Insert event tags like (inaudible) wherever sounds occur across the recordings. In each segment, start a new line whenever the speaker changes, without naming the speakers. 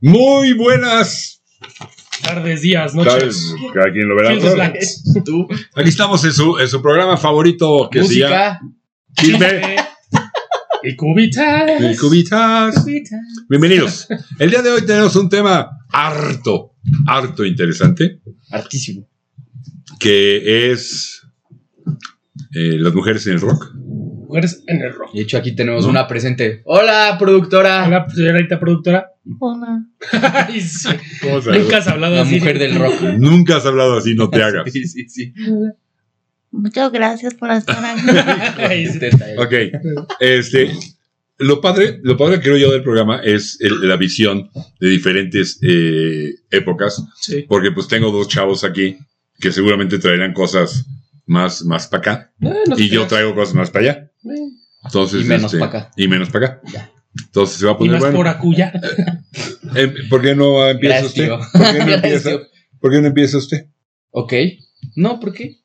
Muy buenas
Tardes, días, noches.
tardes, cada quien lo verá.
Fields Black.
Tú,
Aquí estamos en su, en su programa favorito que se llama
música.
Chisme
Y cubitas.
y Cubitas.
Cubitas.
Bienvenidos. El día de hoy tenemos un tema harto, harto interesante,
Hartísimo.
que es eh, las mujeres en el rock.
Mujeres en el rock.
De hecho, aquí tenemos una presente. Hola, productora.
Hola, señorita productora.
Hola.
Ay, sí. Nunca has hablado
La
así.
mujer del rock.
(laughs) Nunca has hablado así, no te hagas.
Sí, sí, sí.
Muchas gracias por estar (laughs) aquí.
(laughs) Ay, sí.
Intenta, eh.
Ok, este, lo padre, lo padre creo yo del programa es el- la visión de diferentes eh, épocas,
Sí.
porque pues tengo dos chavos aquí que seguramente traerán cosas más, más para acá
No, Ah, no te
y yo
creas.
traigo cosas más para allá.
Eh,
Entonces,
Y menos
este,
pa' acá.
Y menos para acá.
Ya.
Entonces se va a
Y
poner
más
Pues bueno.
por acuya.
Eh, ¿Por qué no empieza
Gracias,
usted?
tío.
(laughs) ¿Por
(laughs)
qué no
Gracias,
empieza,
tío.
por qué no empieza usted?
Ok. No, ¿por qué?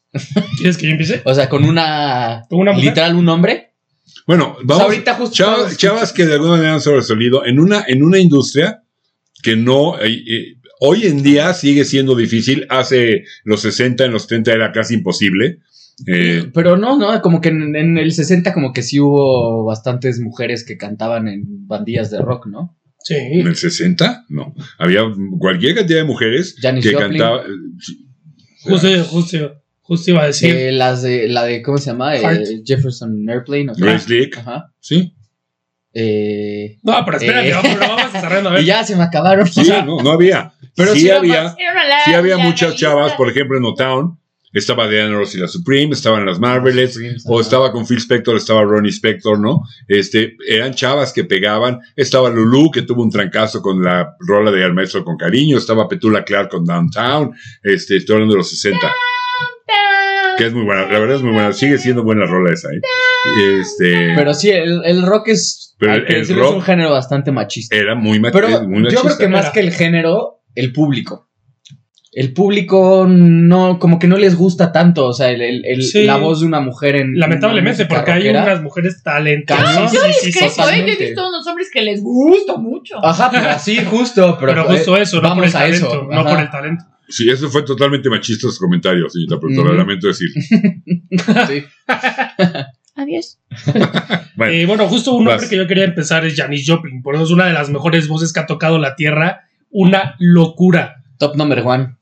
¿Quieres que yo empiece?
O sea, con una.
¿Con una mujer?
Literal, un hombre.
Bueno,
O sea,
vamos.
Pues ahorita justo.
chavas, chavas que de alguna manera han sobresalido en una, en una industria que no. eh, eh, hoy en día sigue siendo difícil. Hace los 60, en los 30 era casi imposible. Eh,
Pero no, no, como que en, en el 60 como que sí hubo bastantes mujeres que cantaban en bandillas de rock, ¿no?
Sí.
¿En el 60? No. Había cualquier cantidad de mujeres
Janis
que
Joplin. eh, Ah.
cantaba.
Justo, justo, justo iba a decir.
Eh, las de, la de, ¿cómo se llama? Eh,
Heart.
Jefferson Airplane. ¿o qué?
Grace Dick.
Ajá.
Sí.
Eh,
no, pero espérate,
eh.
vamos, lo vamos cerrando. A ver.
(laughs) y ya se me acabaron.
Sí,
(laughs) O sea,
no, no había. Pero sí,
era
había.
más-
Sí había muchas chavas, por ejemplo, en O-Town. Estaba Diana Ross y la Supreme, estaban las Marvelettes, o
Ajá.
estaba con Phil Spector, estaba Ronnie Spector, ¿no? Este, eran chavas que pegaban, estaba Lulu, que tuvo un trancazo con la rola de Al Maestro con Cariño, estaba Petula Clark con Downtown, este, estoy hablando de los 60, que es muy buena, la verdad es muy buena, sigue siendo buena rola esa, ¿eh? Este,
Pero sí, el, el rock es,
Pero
hay
el
que decirlo,
rock-
es un género bastante machista.
era muy machi-
Pero
muy
yo
machista.
creo que más
Era.
que el género, el público. El público no, como que no les gusta tanto, o sea, el, el- el-
Sí.
la voz de una mujer en
Lamentablemente,
en una música
porque hay
Mm, rockera.
unas mujeres
Cañón.
talentosas.
Yo
Sí, sí,
Es que
sí,
eso, ¿eh? Yo
totalmente.
he visto a unos hombres que les gusta mucho.
Ajá, pero así justo, pero, eh,
Pero justo eh. eso, no por
vamos
el
a eso,
talento. No
ajá.
por el talento.
Sí, eso fue totalmente machista sus comentarios, señorita productora,
Ujú.
lamento decir.
sí.
Adiós.
Bueno,
Eh, bueno, justo un
vas.
nombre que yo quería empezar es Janis Joplin. Por eso es una de las mejores voces que ha tocado la tierra. Una locura.
Top number one.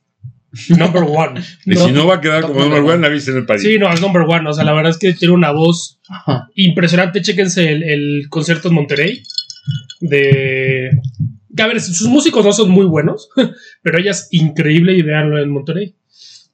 (laughs)
Number one.
y si no va a quedar
no,
como
no,
un
no.
lugar, la viste en el país.
Sí, no, es number one. O sea, la verdad es que tiene una voz
Ajá.
Pues,
impresionante. Chéquense el, el concierto en Monterrey. De. que, A ver, sus músicos no son muy buenos, (laughs) pero ella es increíble y veanlo en Monterrey.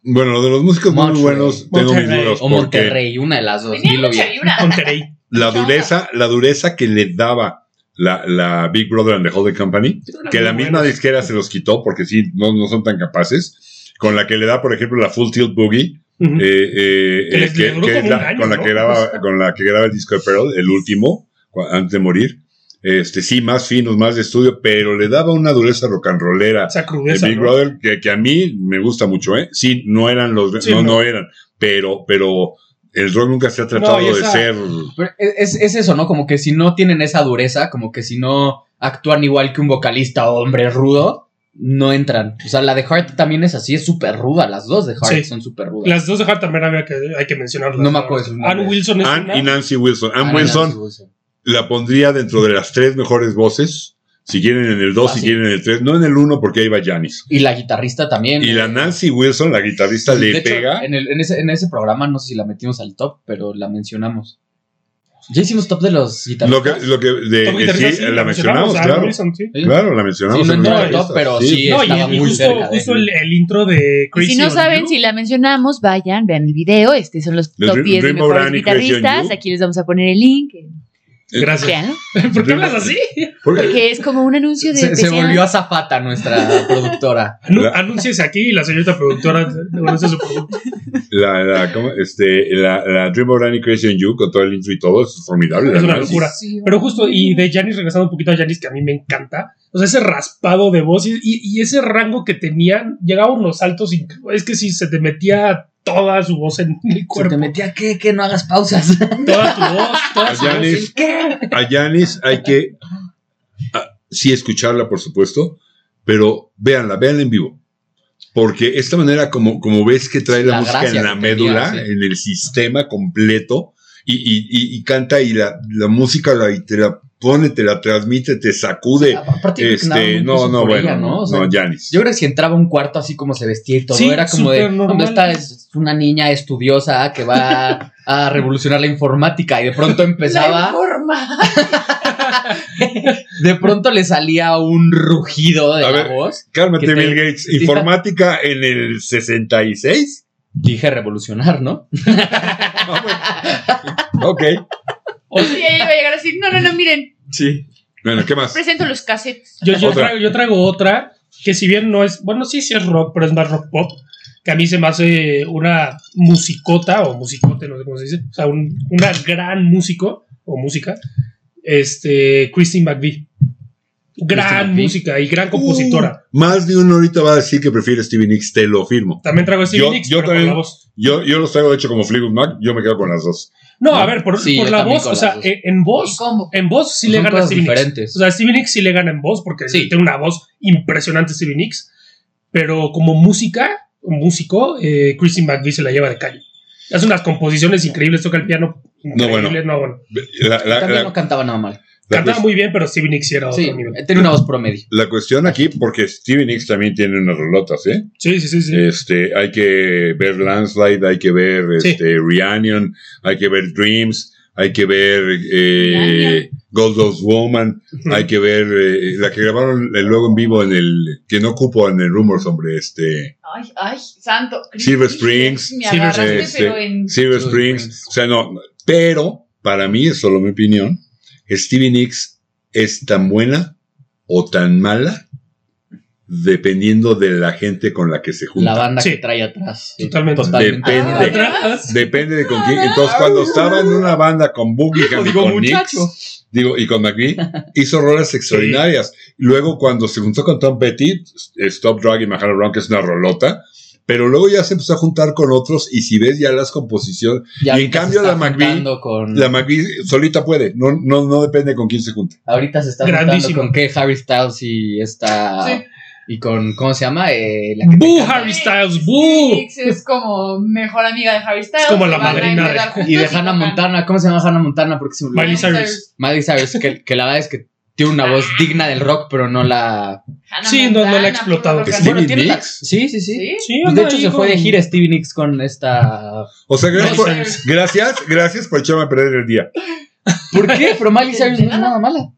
Bueno, lo de los músicos muy
Monterrey.
buenos tengo mis
Monterrey.
dudas
O
porque
Monterrey, una de las dos.
Tenía
dilo
mucha
bien.
vibra.
Monterrey.
la dureza, la dureza que le daba la, la Big Brother and the Holding Company, que la misma disquera se los quitó porque sí, no, no son tan capaces, con la que le da, por ejemplo, la Full Tilt Boogie,
Ujú.
eh, eh,
Que
eh,
les-
que-
les duró
que
como
es la-
un año,
con la
¿no?
que graba, con la que graba el disco de Pearl, el último, cu- antes de morir. Este, sí, más finos, más de estudio, pero le daba una dureza rock and rollera
Esa
de
crudeza.
Big
¿no?
Brother, que, que a mí me gusta mucho, ¿eh? Sí, no eran los.
Sí,
no,
no.
no eran. Pero, pero el rock nunca se ha tratado
No, y
de
esa-
ser.
Pero e, es, es eso, ¿no? Como que si no tienen esa dureza, como que si no actúan igual que un vocalista o hombre rudo, no entran. O sea, la de Heart también es así, es súper ruda. Las dos de Heart
Sí.
son súper rudas.
Las dos de Hart también había que, hay que mencionarlas.
No me acuerdo de sus
Ann
nombres.
Wilson es
Ann
una-
y Nancy Wilson. Ann
Ah,
Wilson
Nancy Wilson.
la pondría dentro de las tres mejores voces. Si quieren en el 2, si
Fácil.
quieren en el 3. No en el 1, porque ahí va Janis.
Y la guitarrista también.
Y la Nancy Wilson, la guitarrista,
De
le
hecho,
pega.
En, el- en ese, en ese programa, no sé si la metimos al top, pero la mencionamos. Ya hicimos top de los
Lo que,
guitarristas.
lo que de-
Tom
de-
Guitarrista,
sí,
sí,
la mencionamos,
a Ann
claro.
Wilson, sí.
Sí.
Claro, la mencionamos
Sí, no
en
entró
una
al top,
lista.
pero sí,
No,
estaba
y, y
muy
justo,
cerca de
justo el,
él.
el intro de
Y
Crazy
si no
on You.
saben si la mencionamos, vayan, vean el video. Este son los
Los
top
Dream-
10 de
Dream
mejores
O'Brien y Crazy on
guitarristas.
You.
Aquí les vamos a poner el link. eh,
(laughs) Gracias.
Vean,
¿Por qué hablas así?
Porque-
porque es como un anuncio de
Se, se
PCA.
volvió
(laughs)
azafata nuestra productora.
Anu-
La-
Anúnciese aquí y la señorita productora anuncia su producto.
La, la, ¿cómo? Este, la, la Dream of Granny Crazy on You con todo el intro y todo es formidable.
Es
la
una
Nancy.
locura. Pero justo, y de Janis, regresando un poquito a Janis, que a mí me encanta. O sea, ese raspado de voz y, y- y ese rango que tenían, llegaba a unos saltos. y- Es que si se te metía toda su voz en el
Se
cuerpo,
te metía que, que no hagas pausas.
toda tu voz, toda su
A
voz.
Janis, a Janis hay que ah, sí escucharla, por supuesto, Pero véanla, véanla en vivo. Porque esta manera, como, como ves que trae la,
La
música
gracia
en la
que tenía,
médula,
sí.
en el sistema completo, y, y- y- y canta y la, la música la, y te la pone, te la transmite, te
Ah,
sacude.
(laughs) Aparte, nada,
Eh, Este, no,
incluso
no,
por
bueno,
ella, ¿no?
no,
O sea,
Janis.
Yo creo que si entraba a un cuarto así como se vestía y todo,
Sí,
era como de,
súper normal.
¿dónde está? Es una niña estudiosa que va a revolucionar la informática y de pronto
La
empezaba,
informa.
de pronto le salía un rugido de
A
la
ver.
voz.
Cálmate,
que te-
Bill Gates.
sí.
Informática en el 66.
Dije revolucionar, ¿no?
Ah, bueno. ok.
Y ella iba a llegar así. No, no, no, miren.
(laughs) Sí. Pues
Bueno, ¿qué más?
Presento los cassettes.
Yo, yo
Otra.
traigo, yo traigo otra que si bien no es, bueno, sí, sí es rock, pero es más rock pop, que a mí se me hace una musicota o musicote, no sé cómo se dice, o sea, un- una gran músico o música, este, Christine McVie. Gran
McVie.
música y gran compositora.
Uh, más de uno ahorita va a decir que prefiere Stevie Nicks, te lo firmo.
También traigo Stevie
Yo-
Nicks,
yo
pero con
también-
la voz.
Yo, yo los traigo, de hecho, como Fleetwood Mac, yo me quedo con las dos.
No, a ver, por,
Sí,
por
yo
la
también
voz, o
con las
sea, eh,
dos.
en, en
Y
voz,
combo.
en voz sí
Pues Son
le gana
cosas
Stevie Nicks.
diferentes.
O sea, Stevie Nicks sí le gana en voz porque
Sí.
tiene una voz impresionante Stevie Nicks, pero como música, un músico, eh, Chrissy McVie se la lleva de calle. Hace unas composiciones increíbles, toca el piano.
No, bueno.
increíble, no, bueno.
La, la-
También
la-
no cantaba nada mal.
la
Cantaba
cues-
muy bien, pero Stevie Nicks sí era
Sí,
otro nivel.
tenía una voz promedio.
la cuestión aquí, porque Stevie Nicks también tiene unas rolotas, ¿eh?
Sí, sí, sí. sí.
Este, hay que ver Landslide, hay que ver
Sí.
este, Reunion, hay que ver Dreams, hay que ver eh, Gold Dust Woman,
Ujú.
hay que ver eh, la que grabaron eh, luego en vivo en el que no cupo en el Rumors, hombre, este
Ay, ay, santo.
Silver Springs.
Me
Silver este.
agarraste,
Springs.
pero en.
Silver
Silver
Springs,
Springs.
o sea, no, pero para mí es solo mi opinión, Stevie Nicks es tan buena o tan mala dependiendo de la gente con la que se junta.
La banda
Sí.
que trae atrás. Sí,
Totalmente.
Depende.
Ah,
Atrás.
Depende de con quién. Entonces, cuando estaba en una banda con Buckingham y
digo,
con
muchacho.
Nix, digo, y con McVie, hizo rolas extraordinarias. Luego, cuando se juntó con Tom Petty, Stop Drag y Mahalo Brown, que es una rolota, pero luego ya se empezó a juntar con otros, y si ves ya las composiciones,
Ya
Y en
ahorita
cambio
se
la
está
McVie-
juntando con-
la McVie solita puede, no, no, no depende con quién se junta.
Ahorita se está juntando
Grandísimo.
con qué Harry Styles y esta.
Sí.
Y con, ¿cómo se llama? Eh, la que te
Boo,
canta.
Harry Styles, boo.
Nix es como mejor amiga de Harry Styles.
Uh. como la
Van a
madrina
empezar
de-
juntas
Y
(laughs)
de Hannah
tocan.
Montana. ¿Cómo se llama Hannah Montana? Porque se me olvidó.
Miley Cyrus.
Miley Cyrus, que, que la verdad es que tiene una voz digna del rock, pero no la.
Hannah
Sí, no, no la ha
Montana,
explotado.
puro rock and
Stevie
roll.
tiene la-
Nicks.
Sí, sí, sí.
Sí.
Sí,
Pues
anda
de hecho,
ahí
se fue de
con-
gira Stevie Nicks con esta.
O sea, gracias,
No,
por-
sí.
gracias, gracias por echarme a perder el día.
¿Por qué? Pero Miley Cyrus no es nada mala.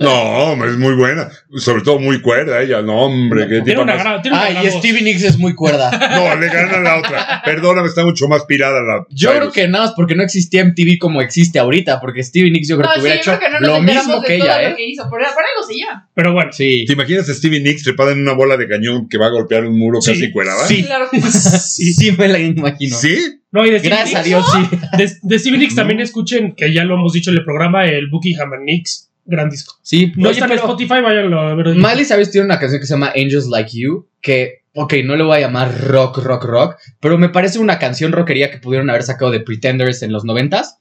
No, hombre, es muy buena. Sobre todo muy cuerda ella. No, hombre, qué
Tiene
tipo
una
más.
gran. Tiene una
Ay,
gran
Ah, y
voz.
Stevie Nicks es muy cuerda.
No, le gana la otra. Perdóname, está mucho más pirada la.
(laughs) Yo
Cyrus.
creo que nada más porque no existía MTV como existe ahorita, porque Stevie Nicks yo creo
No,
que
sí,
hubiera
yo
hecho
creo que no nos
lo
enteramos
mismo
de
que
todo
ella,
lo
¿eh?
que hizo, pero para algo se lleva.
Pero bueno. (laughs)
Sí.
¿Te imaginas a Stevie Nicks trepada en una bola de cañón que va a golpear un muro
Sí,
casi cuerada?
Sí.
Claro.
sí. Sí, me la imagino.
¿Sí?
No, y de Stevie
Gracias a
Nicks-
Dios, sí.
De, de Stevie Nicks
No.
también escuchen, que ya lo hemos dicho en el programa, el Buckingham and Nicks. Gran disco.
Sí,
No
oye,
está en
pero
Spotify, váyanlo a ver.
Miley Cyrus tiene una canción que se llama Angels Like You, que, ok, no le voy a llamar rock, rock, rock, pero me parece una canción rockería que pudieron haber sacado de Pretenders en los noventas,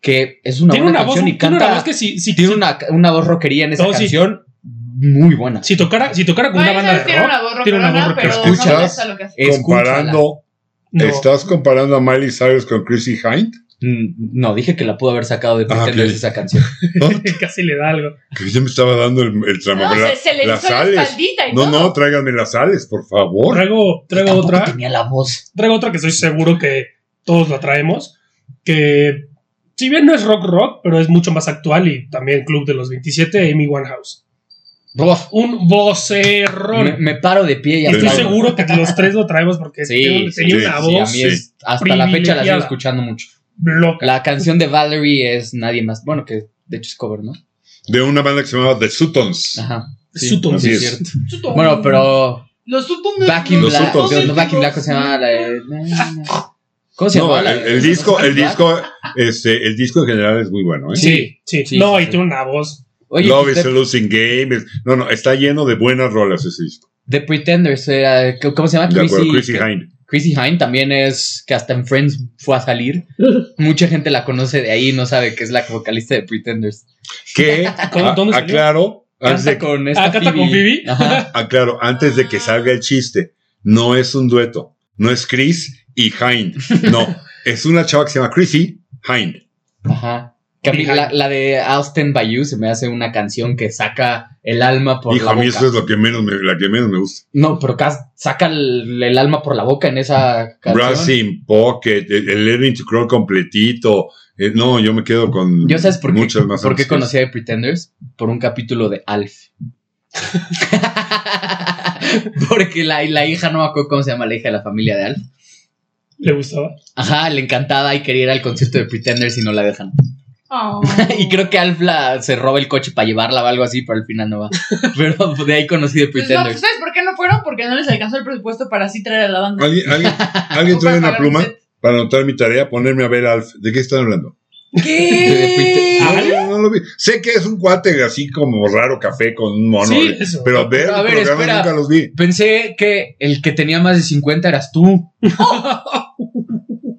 que es una
tiene
buena
una voz,
canción y
tiene una voz
canta,
que si, si,
tiene
si-
una, una voz rockería en esa
No, sí.
canción muy buena.
si tocara, si tocara con una
Miley
banda
Cyrus
de
tiene
rock,
una voz
tiene una
rockerona,
voz
pero
rockera.
no
¿Escuchas?
me gusta lo que
Eh,
hace.
Escúchala.
Comparando.
no.
¿Estás comparando a Miley Cyrus con Chrissy Hind?
Mm, No, dije que la pudo haber sacado de
Ah,
Pretenders
ok.
esa canción.
(laughs) Casi le da algo.
Que yo me estaba dando el, el tramo.
No,
La-
se, se le
las
hizo la
sales.
espaldita y
No,
todo.
no, tráiganme las sales, por favor.
Traigo, traigo
Tampoco
otra,
tenía la voz.
traigo otra que estoy seguro que todos la traemos, que si bien no es rock rock, pero es mucho más actual y también Club de los 27, Amy Winehouse.
Uf,
Un
me,
vocerrón.
me paro de pie y
Estoy
Claro.
aplaudo.
seguro que los tres lo traemos porque
Sí,
tenía-
sí,
sí,
tenía una
sí,
Sí, a
voz
mí es- hasta la fecha la sigo
privilegiada.
escuchando mucho.
loca.
La canción de Valerie es nadie más. Bueno, que de hecho es cover, ¿no?
De una banda que se llamaba The Sutons.
Ajá.
Sutton.
así
sí,
es.
cierto. Bueno, pero
Los Sutton-
Back in
Los
Black.
Sutton, sí.
no, Back in Black, ¿cómo se llama? La de- ¿Cómo se
No,
llama?
el,
la de-
el disco, el
Back in Black?
disco, este, el disco en general es muy bueno, ¿eh?
Sí, sí,
sí,
No,
sí,
y
sí.
tiene una voz.
Oye,
Love
pues,
is a
the,
losing game. es- No, no, está lleno de buenas rolas ese disco.
The Pretenders, era- ¿cómo se llama?
De acuerdo, Chrissy
Chrissy (laughs)
Hind.
Chrissy Hine también es que hasta en Friends fue
(laughs)
a salir. Mucha gente la conoce de ahí y no sabe que es la vocalista de Pretenders.
que
¿Cómo-
a-
dónde salió?
aclaro Antes
Canta
de-
con esta
Ah, canta con Phoebe. (laughs)
Ajá.
ah, claro, antes de que salga el chiste, no es un dueto. No es Chris y Hind.
(laughs)
No, es una chava que se llama Chrissy Hind.
Ajá. Que a mí La, la de Austin Bayou se me hace una canción que saca el alma por
Hijo,
la
a mí
boca.
eso es lo que menos me, la que menos me gusta.
No, pero cas- saca el, el alma por la boca en esa canción.
Brass in Pocket, el, el Learning to Crawl completito. Eh, no, yo me quedo con
Yo sabes por qué,
muchas más
por qué
antes.
conocí a The Pretenders por un capítulo de
(laughs)
Alf. Porque la, la hija, no me acuerdo cómo se llama la hija de la familia de Alf.
Le gustaba.
Ajá, le encantaba y quería ir al concierto de Pretenders y no la dejan.
Oh.
(laughs) Y creo que Alf la- se roba el coche para llevarla o algo así, pero al final no
(laughs)
va. Pero de ahí conocí The
Pues no,
Pretenders.
¿Sabes por qué no fueron? Porque no les alcanzó el presupuesto para así traer a la
(laughs)
banda.
¿Alguien, alguien, alguien
O
trae
para
una
pagar
pluma
un set.
para anotar mi tarea? Ponerme a ver Alf. ¿De qué están hablando?
¿Qué?
No, no, no lo vi. Sé que es un cuate así como raro café con un mono.
sí,
eh,
eso.
Pero a ver,
Pero a ver,
programas
espera.
nunca los vi.
Pensé que el que tenía más de 50 eras
(laughs)
tú.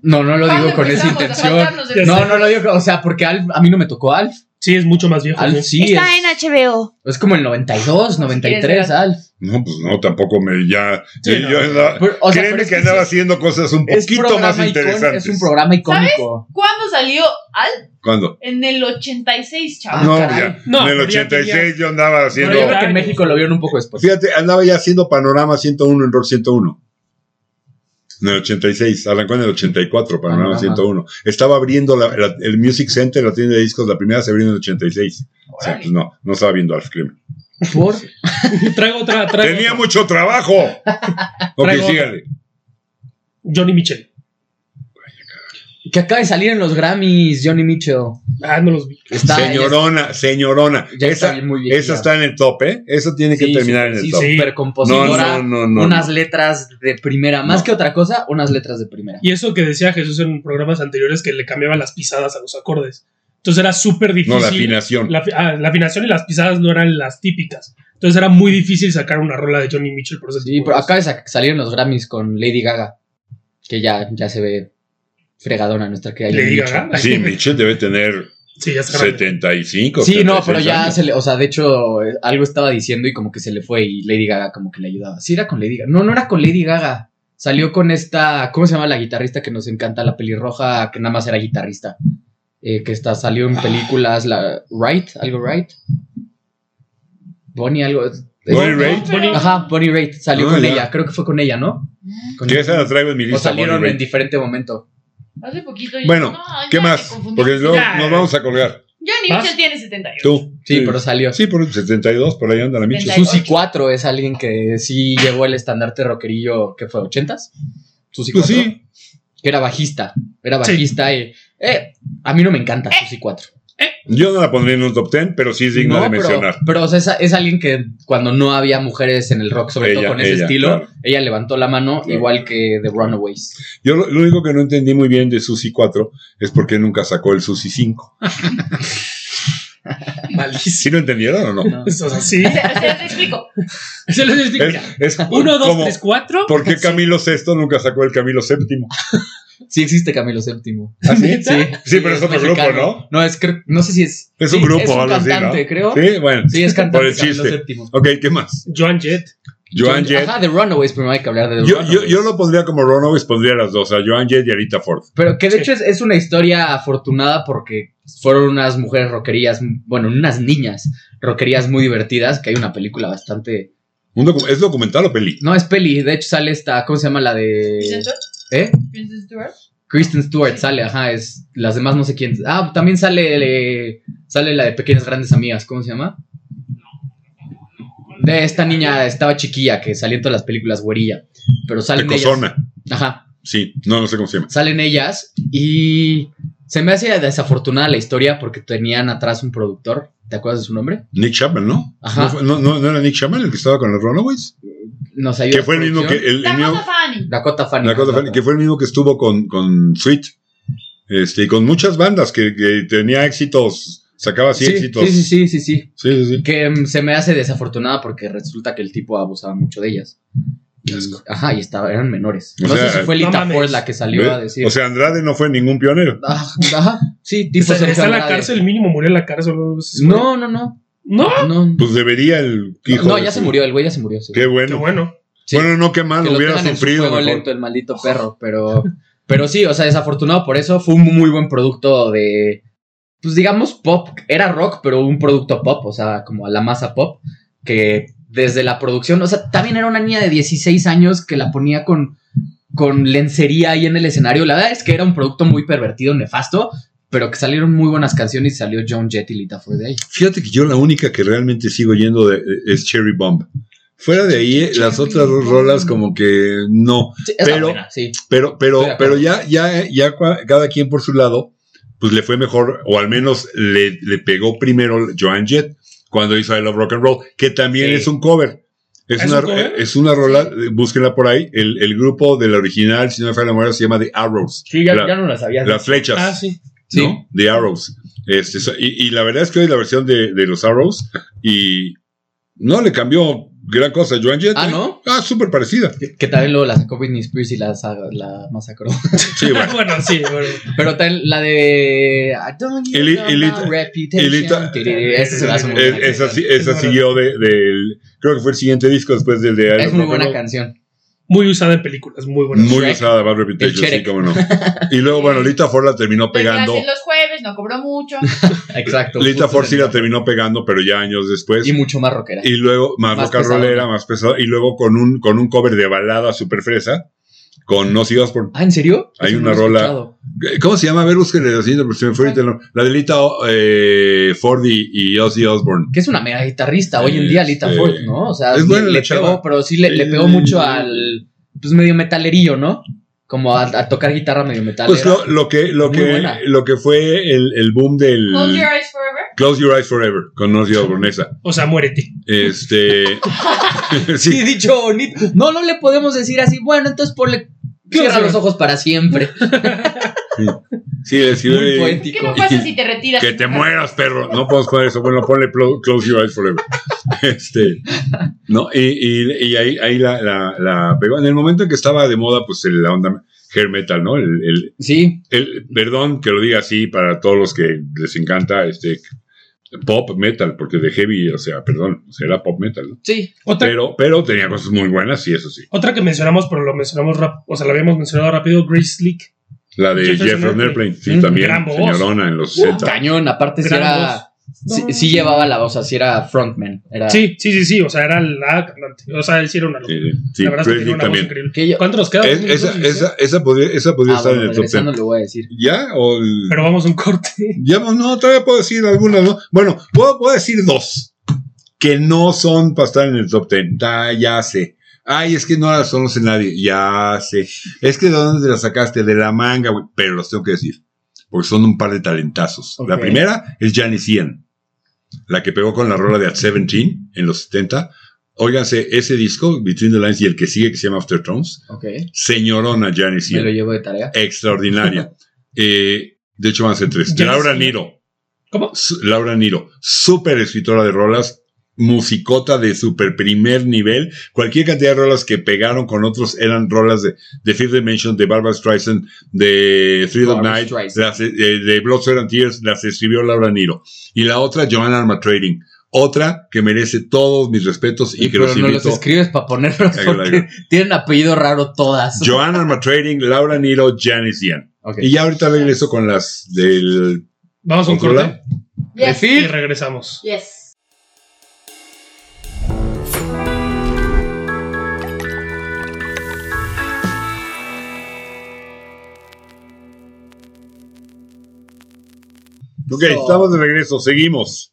No, no lo
¿Cuándo
digo con esa
empezamos a
intención.
faltarnos de-
No, no lo digo, o sea, porque Alf, a mí no me tocó Alf.
sí, es mucho más viejo.
Alf
sí.
sí,
Está en
es,
HBO.
es como el 92,
Si quieres
93,
ver.
Alf.
No, pues no, tampoco me ya.
Sí,
eh,
no.
yo andaba-
Pero, o sea, pero
créeme
es
que
que
andaba
sí,
haciendo cosas un
es
poquito
programa
más
icónico,
interesantes.
Es un programa icónico.
¿Cuándo salió Al?
¿Cuándo?
En el 86,
Ah,
chaval.
no,
caray.
ya.
No,
en el
pero ya
86
tenías-
yo andaba haciendo.
Pero yo creo que en
años.
México lo vieron un poco
Pues
después.
Fíjate, andaba ya haciendo Panorama 101 en Rock 101. En el 86, arrancó en el 84, Panorama,
Panorama.
101. Estaba abriendo la- la- el Music Center, la tienda de discos, la primera se abrió en el 86. O sea,
Órale.
pues no, no estaba viendo Alf Crimen.
Por-
Traigo otra. Traigo
¡Tenía
otra.
mucho trabajo!
(laughs)
ok,
Traigo-
sígale.
Johnny Mitchell.
que acaba de salir en los Grammys, Johnny Mitchell.
Ah, no los vi.
Está,
señorona, señorona.
ya está
esa,
muy bien.
esa está en el top, ¿eh? Esa tiene que
Sí,
terminar en el
sí,
top.
sí.
super
No,
compositora.
no, no, no.
unas letras de primera. Más
No.
que otra cosa, unas letras de primera.
Y eso que decía Jesús en programas anteriores que le cambiaba las pisadas a los acordes. Entonces era súper
No,
difícil.
la afinación.
La, afi- ah, la afinación y las pisadas no eran las típicas. Entonces era muy difícil sacar una rola de Johnny Mitchell por ese
Sí,
tipo
pero
de
acaba de sa- salir en los Grammys con Lady Gaga. Que ya, ya se ve fregadona nuestra que
cosas.
hay.
Le diga, ¿verdad?
(laughs)
Sí, Mitchell debe tener
(laughs) Sí, ya está grande.
75.
Sí, no, pero
76
ya
años.
se le, o sea, de hecho, eh, algo estaba diciendo y como que se le fue y Lady Gaga como que le ayudaba. Sí, era con Lady Gaga. No, no era con Lady Gaga. Salió con esta, ¿cómo se llama la guitarrista que nos encanta? La pelirroja, que nada más era guitarrista. Eh, que está, salió
Ah.
en películas, la Wright, algo Wright. Bonnie, algo.
Bonnie
eh,
Raitt.
Pero-
Ajá, Bonnie Raitt. Salió
Ah,
con
ya.
ella, creo que fue con ella, ¿no? Con
Que esa la traigo en mi
o
lista.
salieron
Bonnie
en
Raitt.
diferente momento.
Hace poquito. yo-
Bueno,
No,
¿Qué
ya
más?
me confundí.
Porque luego
Ya.
nos vamos a colgar.
Johnny
¿Más?
Mitchell tiene 78.
Tú.
Sí, pero salió.
Sí, por el 72, por ahí anda la Michis.
Setenta
Susi
38.
4 es alguien que sí llevó el estandarte rockerillo que fue 80s. Susi 4.
Pues sí.
Que era bajista. Era
Sí.
bajista y. Eh, a mí no me encanta Susi 4.
Yo no la pondría en un top 10, pero sí es digna
No,
de mencionar.
Pero, pero, o sea, es, es alguien que cuando no había mujeres en el rock, sobre
Ella,
todo con ese
ella,
estilo,
claro.
ella levantó la mano,
Claro.
igual que The Runaways.
Yo lo, lo único que no entendí muy bien de Susi 4 es por qué nunca sacó el Susi 5.
Malísimo.
(laughs) ¿Sí lo entendieron o no?
No.
O sea, sí. (laughs)
Se, se les explico.
Se los explico.
Es,
Mira,
es
Uno, dos,
como,
tres, cuatro.
¿Por qué Camilo VI nunca sacó el Camilo VII?
(laughs) Sí existe Camilo VII.
¿Ah, sí?
Sí,
Sí, pero es otro grupo, ¿no?
No, es, creo- no sé si es.
Es un
sí,
grupo,
es un
algo así, ¿no?
cantante, creo. Sí.
Sí, bueno.
es cantante.
Por el
Camilo
chiste.
VII.
Ok, ¿qué más?
Joan Jett.
Joan Jett.
Ajá, The Runaways, primero hay que hablar de The
Yo, yo,
Runaways.
yo lo pondría como Runaways, pondría las dos, a Joan Jett y Arita Ford.
Pero que de
Sí.
hecho es, es una historia afortunada porque fueron unas mujeres rockerías, bueno, unas niñas rockerías muy divertidas, que hay una película bastante...
Un docu- ¿Es documental o peli?
No, es peli, de hecho sale esta, ¿cómo se llama la de...?
¿Princess Stewart?
¿Eh?
¿Princess Stewart?
Kristen Stewart sale, ajá, es... Las demás no sé quién... Ah, también sale, eh, sale la de Pequeñas Grandes Amigas, ¿cómo se llama? De esta niña, estaba chiquilla, que salía en todas las películas, güerilla, pero salen ellas...
Pecosona.
Ajá,
Sí, no, no sé cómo se llama.
salen ellas y se me hace desafortunada la historia porque tenían atrás un productor. ¿Te acuerdas de su nombre?
Nick Chapman, ¿no?
Ajá.
¿No, fue- no, no, no era Nick Chapman el que estaba con los Runaways?
Nos ayuda.
Que fue el mismo que...
producción.
El, el mismo-
Dakota Fanning.
Dakota Fanning.
Dakota Fanning, que fue el mismo que estuvo con, con Sweet. Este, y con muchas bandas que, que tenía éxitos, sacaba así
sí,
éxitos.
sí, sí, sí, sí, sí.
Sí, sí, sí.
Que mm, se me hace desafortunada porque resulta que el tipo abusaba mucho de ellas. Ajá, y estaba, eran menores.
O
no
sea,
sé si fue
no
Lita
mames.
Ford la que salió a decir. "Ah,
O sea, Andrade no fue ningún pionero.
ajá, ajá, sí, tipo
Está,
Sergio
está en la
Andrade.
cárcel, mínimo murió en la cárcel. No, sé si murió.
No, no, no.
No,
No,
Pues debería el hijo
no
de
ya
su-
se murió, el güey ya se murió. sí.
Qué
qué
bueno.
bueno.
Sí.
Bueno, no, qué mal,
que lo
Ah, hubiera
tengan en su
sufrido.
juego
mejor.
lento el maldito perro, pero, pero sí, o sea, desafortunado por eso. Fue un muy buen producto de, pues digamos, pop. Era rock, pero un producto pop, o sea, como a la masa pop, que desde la producción, o sea, también era una niña de 16 años que la ponía con, con lencería ahí en el escenario. La verdad es que era un producto muy pervertido, nefasto. Pero que salieron muy buenas canciones y salió John Jett y Lita fue de ahí.
Fíjate que yo la única que realmente sigo yendo de- es Cherry Bomb. Fuera de ahí, las otras dos rolas como que no.
Sí, es la
Pero-
buena, sí.
Pero,
Estoy de
pero,
acuerdo.
pero ya, ya, ya cua- cada quien por su lado, pues le fue mejor, o al menos le, le pegó primero Joan Jett cuando hizo I Love Rock and Roll, que también
Sí.
es un cover. Es,
¿Es
una,
un cover?
es una rola, eh, búsquenla por ahí. El, el grupo de la original, si no me falla la memoria, se llama The Arrows.
Sí, ya,
La-
ya no la sabías.
Las flechas.
Ah, sí.
Sí.
¿no? The Arrows. Este, so- y, y la verdad es que hoy la versión de, de los Arrows y no le cambió gran cosa a Joan Jett.
Ah,
¿eh?
¿no?
Ah, súper parecida.
Que, que también luego la sacó Britney Spears y la, sa- la masacró. (laughs)
Sí, bueno.
(laughs) bueno, sí, bueno.
Pero tal, la de. I don't give
Elite-
you
Elite-
my reputation.
Elita-
Tiriri, Esa se me hace muy
Es-
buena
esa sí-
canción.
esa
Es
siguió de, del. Creo que fue el siguiente disco después del de.
Es muy buena
Rock and
canción.
Muy usada en películas, muy
Roll.
buena.
Muy
Shrek.
usada, Bad Reputation,
El
sí,
Shrek. (laughs)
cómo no. Y luego, bueno, Lita Ford la terminó pegando.
Clases los jueves, no cobró mucho.
Exacto.
Lita
justo
Ford
en
sí
el-
la terminó pegando, pero ya años después.
Y
Y,
mucho más rockera.
luego, más,
Más
rock and rollera,
pesadona.
más pesada. Y luego con un, con un cover de balada super fresa, con No Sigas por
Ah, ¿en serio?
Hay
Eso no
una
lo he
rola-
escuchado.
¿Cómo se llama? A ver, búsquenle, así, no, se me fue ahorita el nombre. La de Lita eh, Ford y, y Ozzy Osbourne.
Que es una mega guitarrista hoy en día, Lita
Este,
Ford, ¿no? O sea,
es
sí
buena la
le
chava.
pegó, pero sí le, le pegó mucho al. Pues medio metalerillo, ¿no? Como a, a tocar guitarra medio metal.
Pues lo, lo que, lo
Muy
que,
buena.
lo que fue el, el boom del
Close your eyes forever.
Close Your Eyes Forever con Ozzy Osbourne, esa.
O sea, muérete.
(laughs)
Este.
Sí,
sí.
dicho bonito. No, no le podemos decir así. Bueno, entonces ponle. Cierra los ojos para siempre.
Sí, decir,
Muy
eh,
¿Qué
poético.
no pasa si te retiras?
que te mueras, perro. No podemos poner eso. Bueno, ponle plo- Close Your Eyes Forever. Este. No, y, y, y ahí, ahí la, la, la pegó. En el momento en que estaba de moda, pues la onda hair metal, ¿no? El- el,
Sí,
El- perdón que lo diga así para todos los que les encanta este pop metal, porque de heavy, o sea, perdón, o sea, era pop metal, ¿no?
sí.
Otra,
Pero, pero tenía cosas muy buenas y eso sí.
otra que mencionamos, pero lo mencionamos rap- o sea, lo habíamos mencionado rápido, Grace Slick.
La de
Jefferson
Jeff from
Airplane.
Airplane, sí,
Mm,
también,
gran voz.
señorona en los 60.
uh, Cañón, aparte si
Gran
era.
voz.
Sí, sí llevaba la voz, o sea, si era frontman.
Ah.
Era,
Sí, sí, sí, sí. O sea, era la cantante. O sea, él sí era una locura.
Sí, sí,
la verdad es que
Presley
tiene una voz
también.
increíble.
Que yo-
¿Cuánto nos queda?
Es-
¿Dos
esa,
minutos?
esa, esa podría, esa podría
Ah,
estar
bueno,
en el top 10.
regresando lo voy a decir.
¿Ya? O el-
Pero vamos a un corte. (laughs)
ya, pues, no, todavía puedo decir algunas, ¿no? Bueno, puedo, puedo decir dos que no son para estar en el top 10. Ah, ya sé. Ay, es que no las son los nadie. Ya sé. Es que de dónde te las sacaste, de la manga, güey. Pero los tengo que decir. Porque son un par de talentazos. La
Ok.
primera es Janice Ian, la que pegó con la rola de At 17 en los 70. Óiganse ese disco, Between the Lines, y el que sigue, que se llama After Thrones.
Ok,
Señorona Janice
me lo
Ian.
llevo de tarea.
Extraordinaria. Eh, de hecho, van a ser tres.
Janice
Laura
Ian.
Niro.
¿Cómo?
Su- Laura Niro, súper escritora de rolas, musicota de super primer nivel. Cualquier cantidad de rolas que pegaron con otros eran rolas de, de Fifth Dimension, de Barbara Streisand, de Three of
Barbra
Night,
Streisand.
las, eh, de Blood, Sweat and Tears, las escribió Laura Niro. Y la otra, Joanna Arma Trading. Otra que merece todos mis respetos y,
Y
que
pero
los
no los
invito.
escribes para ponerlos
a que la
porque tienen apellido raro todas.
Joanna Arma Trading, Laura Niro, Janice Ian.
Ok.
Y ya ahorita regreso con las del.
Vamos a un
¿Controla?
corte
Yes.
y
Decir.
regresamos.
Yes.
Ok, estamos de regreso, seguimos.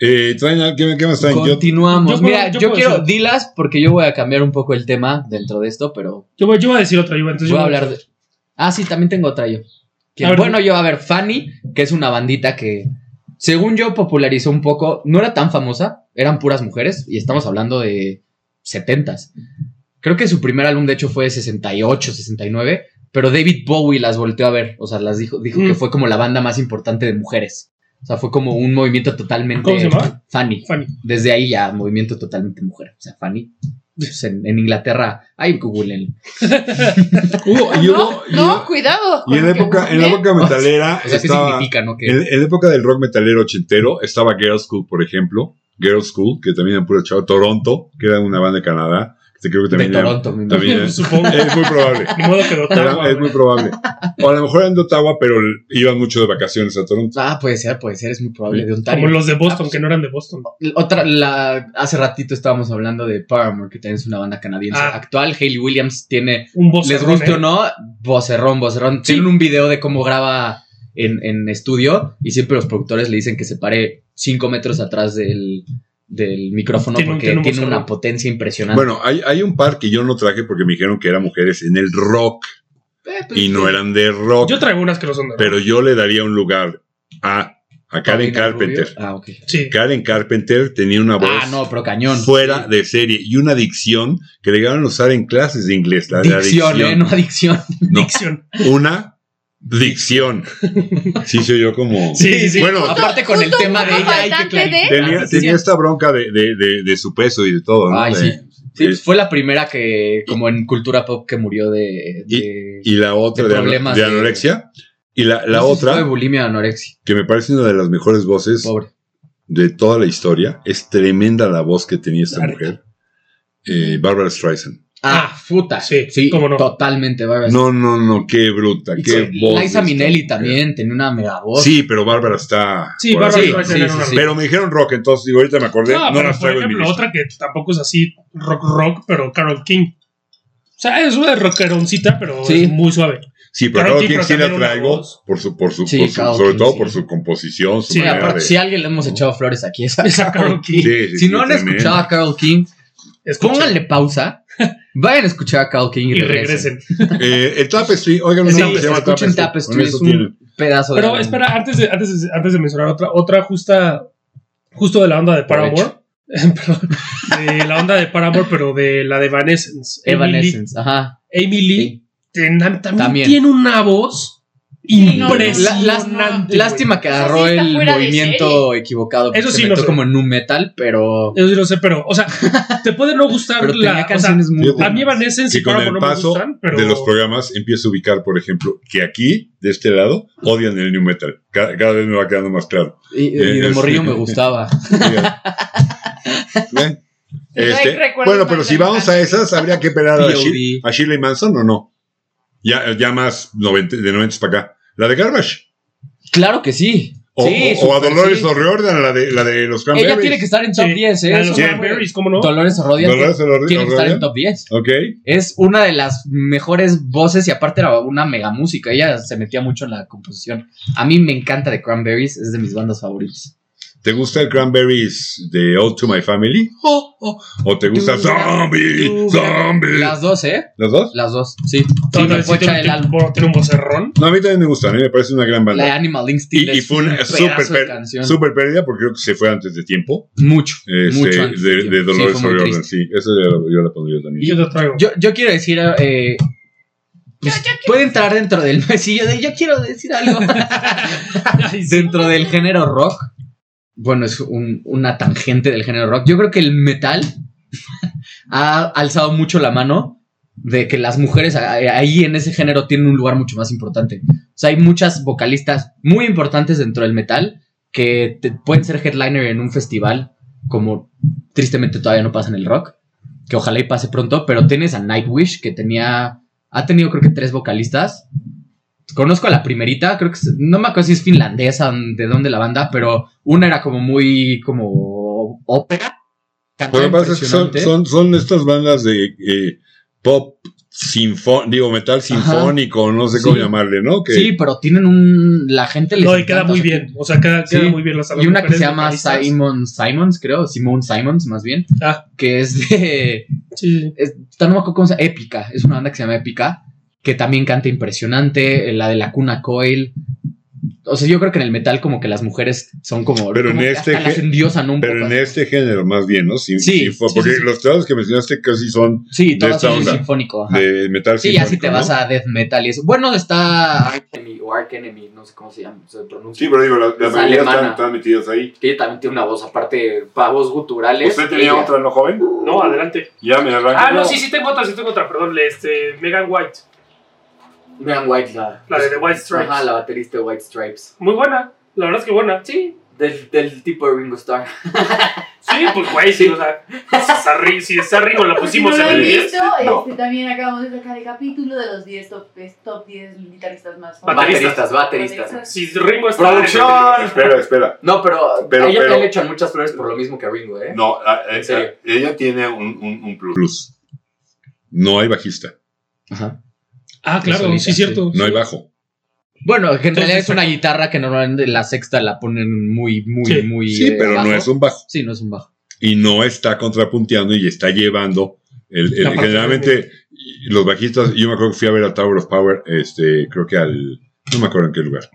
Eh, traen a- ¿qué, qué más traen? Yo-
Continuamos.
Yo puedo-
Mira,
yo
yo,
puedo
quiero,
decir-
dilas porque yo voy a cambiar un poco el tema dentro de esto, pero
Yo voy, yo voy a decir otra, yo voy, entonces
voy
yo
a hablar de... Ah, sí, también tengo otra yo. Que-
A ver,
bueno, yo, a ver, Fanny, que es una bandita que, según yo, popularizó un poco, no era tan famosa, eran puras mujeres, y estamos hablando de 70s. Creo que su primer álbum, de hecho, fue de 68, 69, pero David Bowie las volteó a ver, o sea, las dijo, dijo
Mm.
que fue como la banda más importante de mujeres. O sea, fue como un movimiento totalmente...
¿Cómo se llama?
Fanny.
Fanny.
Desde ahí ya, movimiento totalmente mujer. O sea, Fanny. pues, en, en Inglaterra, ay, googleenlo.
Hubo- Uh, y
no,
hubo- y
no,
hubo-
cuidado. ¿Eh?
y en la
con lo que
época, en la
googleé.
época metalera
O sea, ¿qué
estaba.
significa, no? Que
En, en la época del rock metalero ochentero estaba Girls School, por ejemplo. Girls School, que también era puro chavo. Toronto, que era una banda de Canadá. Que creo que
De
también era-
Toronto, me
también
(laughs) imagino.
es- (laughs)
Supongo.
es muy probable.
Ni modo que de Ottawa,
Era- es muy probable. O a lo mejor eran de Ottawa, pero l- iban mucho de vacaciones a Toronto.
Ah, puede ser, puede ser, es muy probable. De
Como
Ontario.
los de
pues
Boston, que no eran de Boston.
Otra, la, hace ratito estábamos hablando de Paramore, que también es una banda canadiense
Ah. ¿eh?
actual. Hayley Williams tiene,
Un boss.
les guste o no, vocerrón, vocerrón. Tienen un video de cómo graba en, en estudio y siempre los productores le dicen que se pare 5 metros atrás del, del micrófono
Tiene un-
porque
tiene un
tiene una
vocerrón.
potencia impresionante.
Bueno, hay, hay un par que yo no traje porque me dijeron que eran mujeres en el rock
Eh, pues,
y no eran de rock.
Yo traigo unas que no son de
pero yo le daría un lugar a, a Karen
Paulina
Carpenter.
Rubio. Ah, ok.
Sí.
Karen Carpenter tenía una voz
Ah, no, pero cañón.
fuera de serie y una dicción que le llegaban a usar en clases de inglés. La, la
Dicción, ¿eh? No adicción.
No,
Dicción.
una
(laughs)
dicción. Sí, soy yo como...
Sí, sí, sí.
Bueno,
Aparte con el
justo
tema de
un
ella hay que
faltante de-
clarificar.
tenía,
Sí, sí.
tenía esta bronca de, de- de- de su peso y de todo. ¿no?
Ay,
De-
sí. Sí, pues
es-
fue la primera que, como en cultura pop, que murió de. de-
y la otra
De
de, ano-
problemas
de
de-
anorexia. Y la, la
no sé si
otra,
fue de bulimia o anorexia.
que me parece una de las mejores voces
Pobre.
de toda la historia, es tremenda la voz que tenía esta
Claro.
mujer, eh, Bárbara Streisand.
Ah, puta.
sí, cómo no.
Totalmente, Bárbara.
No, no, no, qué bruta,
Sí,
qué voz. de
Pues, Liza
esta
Minelli
mujer.
también tenía una mega voz.
Sí, pero Bárbara está.
Sí,
por
Bárbara
así,
sí,
Streisand
sí,
era
sí,
una-
sí.
Pero me dijeron rock, entonces digo, ahorita me acordé, no,
No, pero
las
por
traigo en mi
ejemplo,
lista.
otra que tampoco es así rock rock, pero Carol King. O sea, es una rockeroncita, pero
Sí.
es muy suave.
Sí, pero
Carol
claro,
King,
quien
pero
sí la
también una
traigo,
voz.
por su, por su,
Sí,
por su-
Carol
sobre
King,
todo
sí.
por su composición, su
Sí,
Mira,
manera
aparte,
de.
si a alguien le hemos echado flores aquí, es a
Esa
(laughs)
Carol King.
Sí, sí,
Si
sí,
no han
tremendo.
escuchado a Carol King,
Escuchen
pónganle pausa. (laughs) Vayan a escuchar a Carol King y,
y
regresen.
regresen.
Eh, el Tapestry, oigan,
Sí,
no, se llama
escuchen Tapestry,
Con
es
eso
un-
tienen.
Pedazo de.
Pero espera, antes de, antes, de- antes de mencionar otra, otra justa, justo de la onda de Paramore. (laughs) Perdón, de la onda de Paramore, pero de la de Evanescence.
Evanescence, ajá.
Amy Lee, Amy Lee
Sí.
ten- también,
También.
tiene una voz
Sí, no, no, no.
La-
impresionante.
las-
güey.
lástima que
Eso sí
agarró
está
el
fuera de
movimiento equivocado. porque
Eso
se
sí, no
metió
sé.
como en un metal, pero.
Yo sí lo sé, pero, o sea, te puede no gustar
Pero
la.
tenía
o sea,
canciones muy.
yo-
a
buenas.
mí Evanescence
Que
y
con
Paramore
el
no me
paso
gustan, pero.
de los programas empiezo a ubicar, por ejemplo, que aquí, de este lado, odian el new metal. Ca- Cada, vez me va quedando más claro.
Y, y de
Este-
morrillo me gustaba.
(laughs)
Ven.
Pero hay
Este,
recuerdos
bueno,
más
pero si vamos a
cercanos.
esas, habría que esperar a,
P.O.D..
Shir- a Shirley Manson o no. Ya, ya más 90, de 90 para acá. La de Garbage.
Claro que sí.
O,
Sí,
o- o a
súper,
Dolores
sí.
O'Riordan, la de, la de los
Ella tiene que
Cranberries.
estar en top
Sí,
10,
la
¿eh?
de los
Eso-
Cranberries, ¿cómo no?
Dolores O'Riordan
Dolores O'Rior-
tiene que estar en
O'Riordan.
top 10.
Ok.
Es una de las mejores voces y aparte era una mega música. Ella se metía mucho en la composición. A mí me encanta The Cranberries, es de mis bandas favoritas.
¿Te gusta el Cranberries de All to My Family?
Oh, oh.
¿O te gusta
Tú,
Zombie?
tú,
Zombie.
Las dos, ¿eh?
¿Las dos?
Las dos, sí. Sí,
Todavía
me fue
sí
echar
tiene,
el
tiene-
álbum.
tiene un vocerrón.
No, a mí también me gusta. A mí me parece una gran banda.
La Animal Instinct
Y, y
es
fue
un
una
pedazo
super,
de
per-
canción.
super pérdida porque creo que se fue antes de tiempo.
Mucho,
Este,
mucho antes
de,
tiempo.
de
Sí,
Dolores
fue muy
O'Riordan,
triste.
sí. Eso yo, la- yo la pondría
Y
también.
yo te traigo.
Yo, yo quiero decir, eh, pues,
Yo- yo quiero-
puede entrar dentro del (laughs) mesillo de yo quiero decir
(laughs)
algo. dentro del género rock, bueno, es un- una tangente del género rock. Yo creo que el metal (laughs) ha alzado mucho la mano de que las mujeres a- ahí en ese género tienen un lugar mucho más importante. O sea, hay muchas vocalistas muy importantes dentro del metal que te- pueden ser headliner en un festival, como tristemente todavía no pasa en el rock, que ojalá y pase pronto, pero tienes a Nightwish que tenía, ha tenido creo que tres vocalistas. Conozco a la primerita, creo que es- no me acuerdo si es finlandesa, de dónde la banda, pero una era como muy como ópera.
Lo
cantaba
que pasa es que son,
impresionante.
son, son estas bandas de eh, pop sinfónico, digo, metal sinfónico, no sé cómo
Sí.
llamarle, ¿no? Que,
Sí, pero tienen un. La gente les
no, y queda
encanta,
muy
o sea,
bien. O sea, queda, queda
Sí.
muy bien las
Y
las
una que
mujeres
se llama
vocalistas.
Simon Simons, creo, Simone Simons, más bien,
Ah,
que es de.
sí, sí.
es- no me acuerdo cómo se llama, Épica, es una banda que se llama Épica, que también canta impresionante, eh, la de la cuna Coil. O sea, yo creo que en el metal, como que las mujeres son como.
Pero
como
en
que
este
hasta las
gen-
endiosan un
Pero
poco.
en
así.
este género, más bien, ¿no? Sin-
Sí,
sinfo-
sí,
porque
sí, sí.
los trabajos que mencionaste casi son
Sí,
e- de
todo
esta
es
onda.
sinfónico. ajá.
de metal
Sí,
sinfónico.
así te
¿no?
vas a death metal y eso. Bueno, está Arkenemy o Arkenemy, no sé cómo se llama, se pronuncia.
Sí, pero digo, la, la
Es
mayoría
alemana.
están, están metidas ahí.
Que ella también tiene una voz, aparte, pavos guturales.
¿Usted tenía
ella-
otra, no joven?
No, adelante.
Ya me arranca.
Ah, no, sí, sí tengo otra, sí tengo otra, perdón, este, Megan White,
Megan White, la,
la de The White Stripes.
Ajá, la baterista de White Stripes.
Muy buena, la verdad es que buena.
Sí, del, del tipo de Ringo Starr.
Sí,
pues güey, sí, o sea, si Sarri, si Sarrigo la
Por si no
pusimos
lo
en
han
el
visto,
10. No.
este, también acabamos de sacar el capítulo de los 10 top, top 10 militaristas más Este
Bateristas,
Bateristas, bateristas.
Si Ringo está.
¡Producción!
Espera, espera.
No, pero,
Pero-
a ella
pero-
te le echan muchas flores por lo mismo que a Ringo, ¿eh?
No, a- a-
En serio.
ella tiene un, un, un plus.
Plus. No hay bajista,
Ajá.
Ah, claro,
Solita,
sí, es cierto.
no hay bajo.
Bueno, en realidad
Entonces,
es una guitarra que normalmente la sexta la ponen muy, muy,
Sí.
muy.
Sí,
eh,
pero
bajo.
no es un bajo.
Sí, no es un bajo.
Y no está contrapunteando y está llevando. El, el-
La parte
generalmente y- los bajistas, yo me acuerdo que fui a ver a Tower of Power, este, creo que al, no me acuerdo en qué lugar.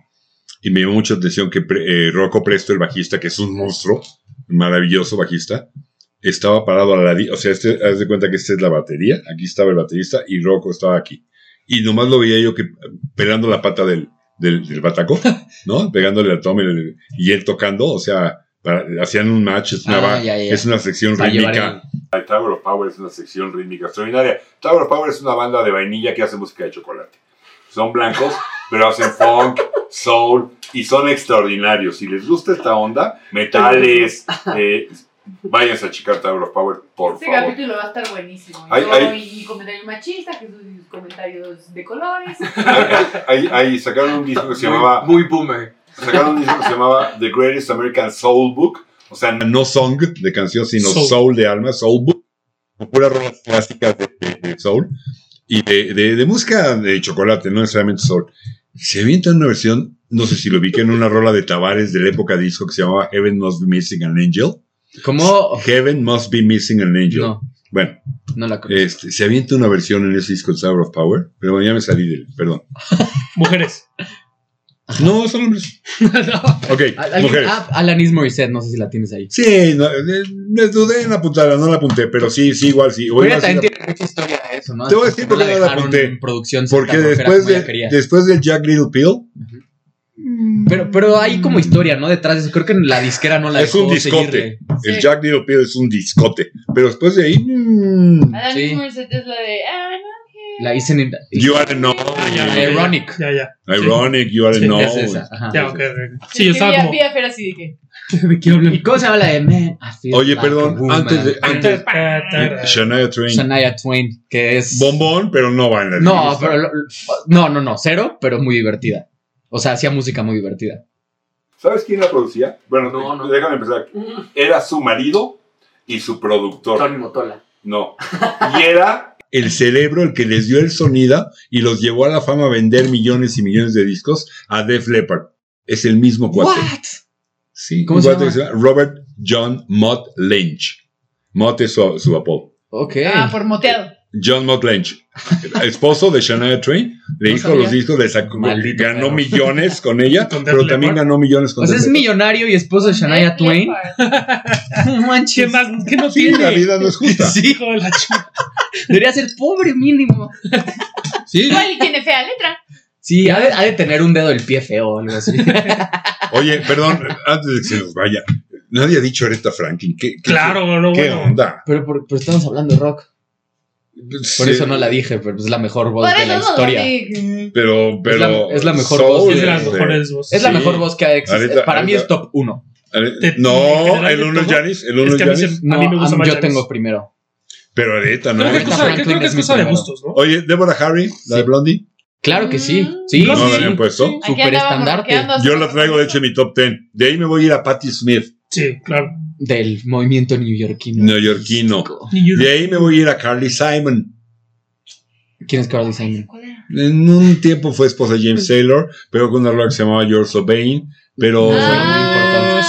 Y me llamó mucha atención que pre- eh, Rocco Presto, el bajista, que es un monstruo, maravilloso bajista, estaba parado a la, di- o sea, este, haz de cuenta que esta es la batería, aquí estaba el baterista y Rocco estaba aquí. Y nomás lo veía yo que pelando la pata del, del, del bataco, ¿no? Pegándole al tom y él tocando, o sea, para- hacían un match, es una,
Ah,
ba-
ya, ya.
Es una sección
Para llevar
rítmica.
el-
Tower of Power es una sección rítmica extraordinaria. Tower of Power es una banda de vainilla que hace música de chocolate. Son
(laughs)
blancos, pero hacen funk, soul y son extraordinarios. Si les gusta esta onda, metales, eh, váyanse a checar Tower of Power, por
Este
favor.
capítulo va a estar buenísimo.
Ay,
Yo
ay.
y mi comentario machista, Jesús y sus comentarios
(laughs)
de colores.
Ahí, ahí sacaron un disco que se
Muy-
llamaba,
Muy boomer.
sacaron un disco que se llamaba The Greatest American Soul Book. O sea,
no song de canción, sino
Soul.
soul, de alma, soul book, con puras rolas clásicas de, de- de soul y de, de- de música de chocolate, no necesariamente soul. Se avienta una versión, no sé si lo vi, que en una rola de Tavares de la época disco que se llamaba Heaven Must Be Missing an Angel. (laughs)
¿Cómo?
Heaven Must Be Missing an Angel.
No,
Bueno,
no la conozco.
este, se avienta una versión en ese disco de Tower of Power, pero bueno, ya me salí del, perdón.
Mujeres.
No, son
(laughs)
hombres.
No.
Ok,
Al- alguien-
mujeres.
ah, Alanis Morissette, no sé si la tienes ahí.
Sí, no, eh, les dudé en apuntarla, no la apunté, pero sí, sí, igual sí.
Pero
Hoy
ella
más sí
también
la-
tiene mucha historia de eso, ¿no?
Te voy a decir
No
por qué no la
dejaron
apunté.
en producción
Porque
Santa Rosa, era
después,
como ella
de-
quería.
después del Jack Little Pill,
Pero, pero hay como historia, ¿no? Detrás de eso. Creo que la disquera no la
Es
dejó
un discote.
seguirle.
el Jack Little Pill es un discote. Pero después de ahí, mm,
Adam
Sí.
Morissette es la de. "Ah, no, que-".
La hice en.
you are no,
Ah, ya, ya, ya.
Ironic.
Ya, ya.
ironic, you are
Sí,
no.
es esa, ajá.
Ya, (laughs) ok, ok. Sí, yo
Es que
estaba
vi a-
como.
vi a Fer así de que.
¿De qué hablan?
¿Y cómo se llama la de Man? I feel
Oye,
like
perdón,
a woman?
antes de- antes- eh, Shania Twain,
Shania Twain, que es.
bombón, pero no va en la
No,
lista.
pero. lo- No, no, no. Cero, pero muy divertida. O sea, hacía música muy divertida.
¿sabes quién la producía? Bueno,
No, no.
déjame empezar. Era su marido y su productor.
Tony Motola.
No. Y era
el cerebro el que les dio el sonido y los llevó a la fama a vender millones y millones de discos a Def Leppard. Es el mismo cuate. Sí,
¿Cómo
un
se
cuate
llama?
que se llama Robert John Mott Lynch. Mott es su, su apodo.
Ok.
Ah, por moteado.
John Mott Lynch, esposo de Shania Twain, le
No
hizo
sabía.
los discos, le sacó,
Maldito
ganó
perro.
millones con ella,
Con Def
pero también
Leppard.
ganó millones con
o sea,
Def
es
Leppard.
millonario y esposo de Shania
Def
Twain.
Leppard.
No
¿Qué
manches.
más? ¿Qué no
Sí,
tiene?
la vida no es
(laughs)
justa.
Sí, hijo de la chica.
Debería ser pobre, mínimo.
Sí.
Igual y tiene fea
(laughs)
letra.
Sí, ha de, ha de tener un dedo del pie feo o algo así.
(laughs) Oye, perdón, antes de que se nos vaya, nadie ha dicho Aretha Franklin. ¿Qué, qué-
Claro, no,
qué
bueno.
onda?
Pero, por- pero estamos hablando de rock. Por eso no la dije, pero es la mejor voz
Por
de la
eso no
historia.
dije.
Pero, pero.
la- es la mejor
Soul,
voz
Es de las
este,
mejores voces.
Es la
Sí.
mejor voz que ha existido.
Ahorita-
Para mí
ahorita-
es top 1.
Ale-
Te-
no,
generalmente
el uno es
todo.
Janis, el uno
Es
es
que a mí, se-
Janis,
a mí me gusta más
yo
Janis.
tengo primero.
pero Aretha no.
Creo que,
Aretha
cosa- que creo
Franklin
que
es
es
mi
cosa de
primero.
gustos, ¿no?
Oye, Deborah Harry, la de Blondie,
Claro que sí.
Mm.
Sí,
No,
no
sí,
la
sí.
habían puesto.
Aquí
Superestandarte.
andábamos rockeando hasta
Yo la
las
traigo, de
(laughs)
hecho,
ocho.
en mi top 10. De ahí me voy a ir a Patti Smith,
Sí, claro.
Del movimiento neoyorquino.
neoyorquino. De ahí me voy a ir a Carly Simon.
¿Quién es Carly Simon?
¿Cuál era?
En un tiempo fue esposa de James Taylor, pero con una rola que se llamaba George O'Bain, pero...
Ah.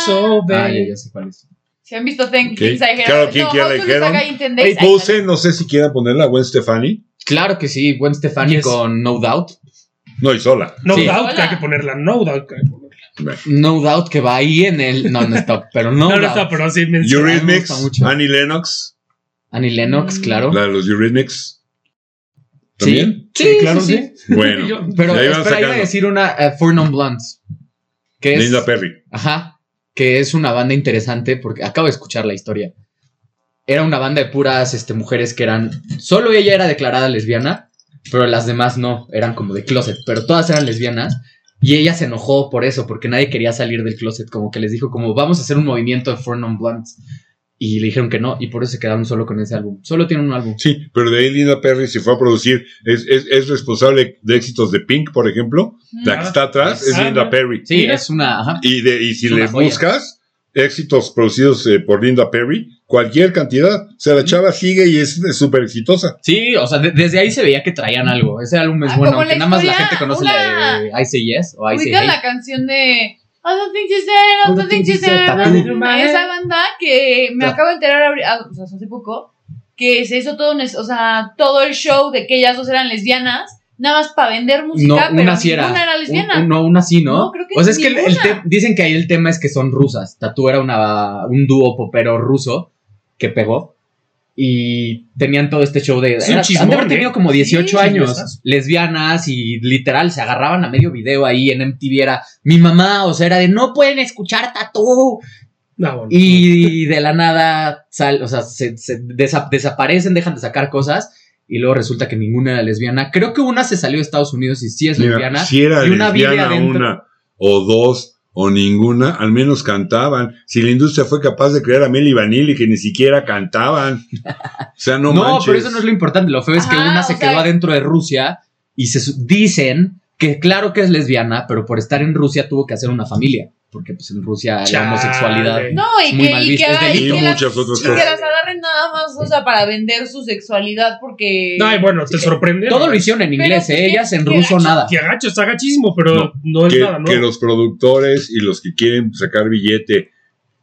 So
Ah, ya,
bad.
ya sé cuál es.
Si han visto Thank
Ok.
Kings, I Heard.
Claro, ¿quién-
No,
quién la
House of
dijeron?
Saga Intendés, I Heard.
Pose, no sé si quieran ponerla, Gwen Stefani.
Claro que sí. Gwen Stefani
Yes.
con No Doubt.
No, y sola.
No
Sí.
doubt que hay
Hola.
que ponerla. No doubt que hay que ponerla.
No Doubt que va ahí en el. No, no stop. Pero
(laughs)
No,
No, no,
Doubt.
está, pero sí me
Eurythmics,
me gusta mucho.
Annie Lennox,
Annie
Mm.
Lennox, claro.
la de los Eurythmics.
Sí.
¿También?
Sí,
claro,
sí,
sí.
Bueno,
(laughs) Yo-
Pero
Ya iban
espera, iba a
sacando.
decir una eh, Four Non Blondes. Que es.
Linda Perry.
Ajá, que es una banda interesante porque acabo de escuchar la historia. Era una banda de puras este, mujeres que eran. Solo ella era declarada lesbiana, pero las demás no, eran como de closet, pero todas eran lesbianas. Y ella se enojó por eso, porque nadie quería salir del closet, como que les dijo, como vamos a hacer un movimiento de Four Non Blondes. Y le dijeron que no, y por eso se quedaron solo con ese álbum. Solo tienen un álbum.
Sí, pero de ahí Linda Perry se fue a producir. Es, es, es responsable de éxitos de Pink, por ejemplo. La que está atrás es
Ah,
Linda
no.
Perry.
Sí,
Mira.
es una. Ajá.
Y, de, y si
Es
le
una joya.
buscas éxitos producidos eh, por Linda Perry, cualquier cantidad, o sea, la chava sigue y es eh, súper exitosa.
Sí, o sea, de- desde ahí se veía que traían algo. Ese álbum es
Ah,
bueno,
como
aunque
la
nada más la
historia,
gente conoce la de I Say Yes o I Say
Ubica
Hey.
la canción de I don't think she said, I don't think she said, I don't think she said. Esa banda que me
Ya.
acabo de enterar abri- ah, o sea, hace poco que se hizo todo, un es- o sea, todo el show de que ellas dos eran lesbianas, nada más para vender
No,
música, pero
una sí era.
ninguna era lesbiana.
Un- un- no, una sí, ¿no?
No, creo que
o sea, es que el- el
ninguna.
te- dicen que ahí el tema es que son rusas. Tatú era una, un dúo popero ruso que pegó. Y tenían todo este show de.
Es un
era- han de haber
chismón,
tenido
¿eh?
como 18
Sí,
años.
chismesazo.
Lesbianas y literal se agarraban a medio video ahí en MTV. Era mi mamá, o sea, era de no pueden escuchar tatú.
No, bueno.
Y de la nada, sal, o sea, se, se desa- desaparecen, dejan de sacar cosas. Y luego resulta que ninguna era lesbiana. Creo que una se salió de Estados Unidos y sí es
Mira,
lesbiana.
si era
y una vive
lesbiana
adentro.
una o dos o ninguna, al menos cantaban. Si la industria fue capaz de crear a Mel y Vanilli que ni siquiera
(laughs)
cantaban. O sea, no,
No,
manches.
pero eso no es lo importante. Lo feo es que
Ajá,
una
o
se
sea-
quedó adentro de Rusia y se su- dicen que claro que es lesbiana, pero por estar en Rusia tuvo que hacer una familia. Porque pues en Rusia
Chale.
la homosexualidad.
No, y
Muy
que,
mal
y
visto,
que,
es
y
delito.
que
Y
las,
muchas otras
y que
cosas.
las agarren nada más, o sea, para vender su sexualidad porque...
No, y bueno, te sorprende.
Todo
¿no?
lo hicieron en
Pero pues
inglés,
¿qué-
¿eh? ellas en
qué
ruso nada.
Que agacho, está agachismo, pero
No,
no, es
que,
nada, ¿no?
que los productores y los que quieren sacar billete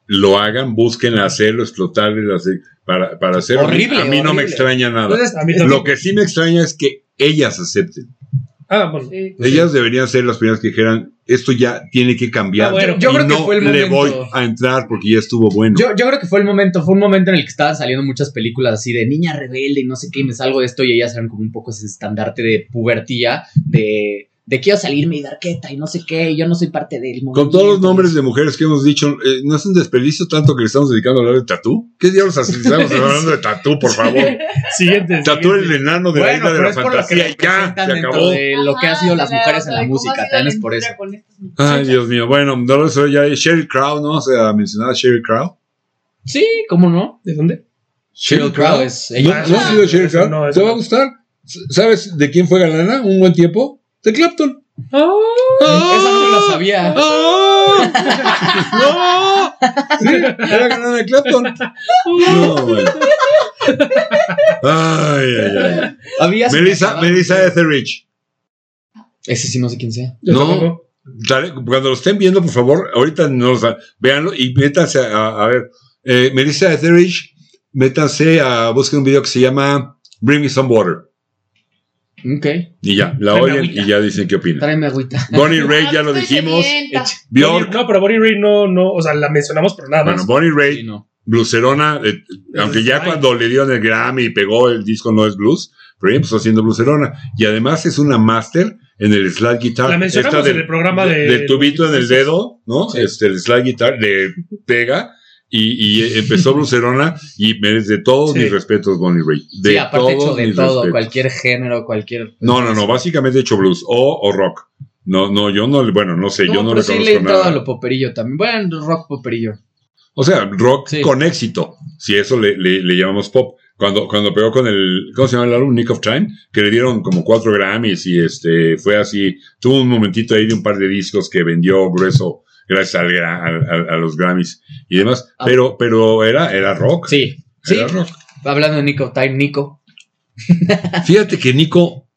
lo hagan, busquen hacerlo, explotarlo hacer- para, para hacerlo.
Horrible,
a mí no me
horrible.
extraña nada.
Entonces,
A mí también.
Lo que sí me extraña es que ellas acepten.
Ah, bueno.
Sí.
Ellas deberían ser las primeras que dijeran, esto ya tiene que cambiar.
Ah, bueno,
yo
y
creo que
no
fue el
le voy
momento.
a entrar porque ya estuvo bueno.
yo, yo creo que fue el momento, fue un momento en el que estaban saliendo muchas películas así de niña rebelde y no sé qué, y me salgo de esto y ellas eran como un poco ese estandarte de pubertía, de, de quiero salirme y dar queta y no sé qué, y yo no soy parte del
Con todos los nombres de mujeres que hemos dicho, eh, ¿no es un desperdicio tanto que le estamos dedicando a hablar de tatú? ¿Qué diablos así
(laughs)
estamos hablando de tatú, por favor?
Siguiente.
tatú
siguiente.
el enano de la
Bueno,
isla de
pero
la
es por lo que
fantasía y ya, se
representan dentro
acabó.
de lo que ha
Ajá,
sido
de
las
la-
mujeres
o
en
sea,
la
de cómo ha
música,
sido
también
la
es por eso.
industria con estas
(laughs)
mujeres.
Ay, Dios mío. Bueno, no lo sé, ya Sheryl Crow, ¿no? Se ha mencionado a Sheryl Crow.
Sí, ¿cómo no?
¿De dónde?
Sheryl Crow es
¿No,
ella.
¿no has sido Sheryl
Eso
Crow?
no, eso
¿Te va a
no.
gustar? S- ¿Sabes de quién fue galana un buen tiempo? De Clapton.
Esa no la sabía.
(laughs) ¡Ah! ¡No! Sí, era galana de Clapton. No, bueno. Ay, ay, ay.
Había
Ah. Melissa, Melissa Etheridge.
Ese sí no sé quién sea.
Yo
No.
tampoco.
Dale, cuando lo estén viendo, por favor, ahorita no lo saben. Véanlo y métanse a, a ver. Eh, Melissa Etheridge, métanse a busquen un video que se llama Bring Me Some Water.
Ok.
Y ya, la
Tráeme
oyen
agüita.
y ya dicen qué opinan.
Tráeme agüita.
Bonnie Ray,
Ah,
ya lo
estoy Ah,
dijimos.
sedienta.
Bjork.
pues, No, pero Bonnie Ray no, no, o sea, la mencionamos, pero nada
Bueno,
más.
Bonnie
Sí,
Ray,
no.
blucerona, eh, aunque ya
Ay.
cuando le dieron el Grammy y pegó el disco no es blues, pero ella empezó siendo blucerona. Y además es una máster en el slide guitar.
La mencionamos
Esta
en el programa de-
Del tubito en el dedo, ¿no?
Sí.
Este, el slide guitar le pega. Y, y
(laughs)
empezó blucerona y merece de todos
Sí.
mis respetos, Bonnie Ray. De
sí, aparte hecho
todos
de
mis
todo,
respetos.
cualquier género, cualquier.
No, no, no, básicamente he hecho blues o, o rock. No, no, yo no, bueno, no sé,
Pues, No,
yo no
pero
le
sí
conozco
leí todo
nada.
lo poperillo también. Bueno, rock poperillo.
O sea, rock
Sí.
con éxito, si eso le, le- le llamamos pop. Cuando, cuando pegó con el, ¿cómo se llama el álbum? Nick of Time, que le dieron como cuatro Grammys y este, fue así, tuvo un momentito ahí de un par de discos que vendió grueso gracias al gra- al- al- a los Grammys y demás,
Ah.
pero, pero era, era rock.
Sí. Sí,
Era
(laughs)
rock.
hablando de Nico Time, Nico.
Fíjate que Nico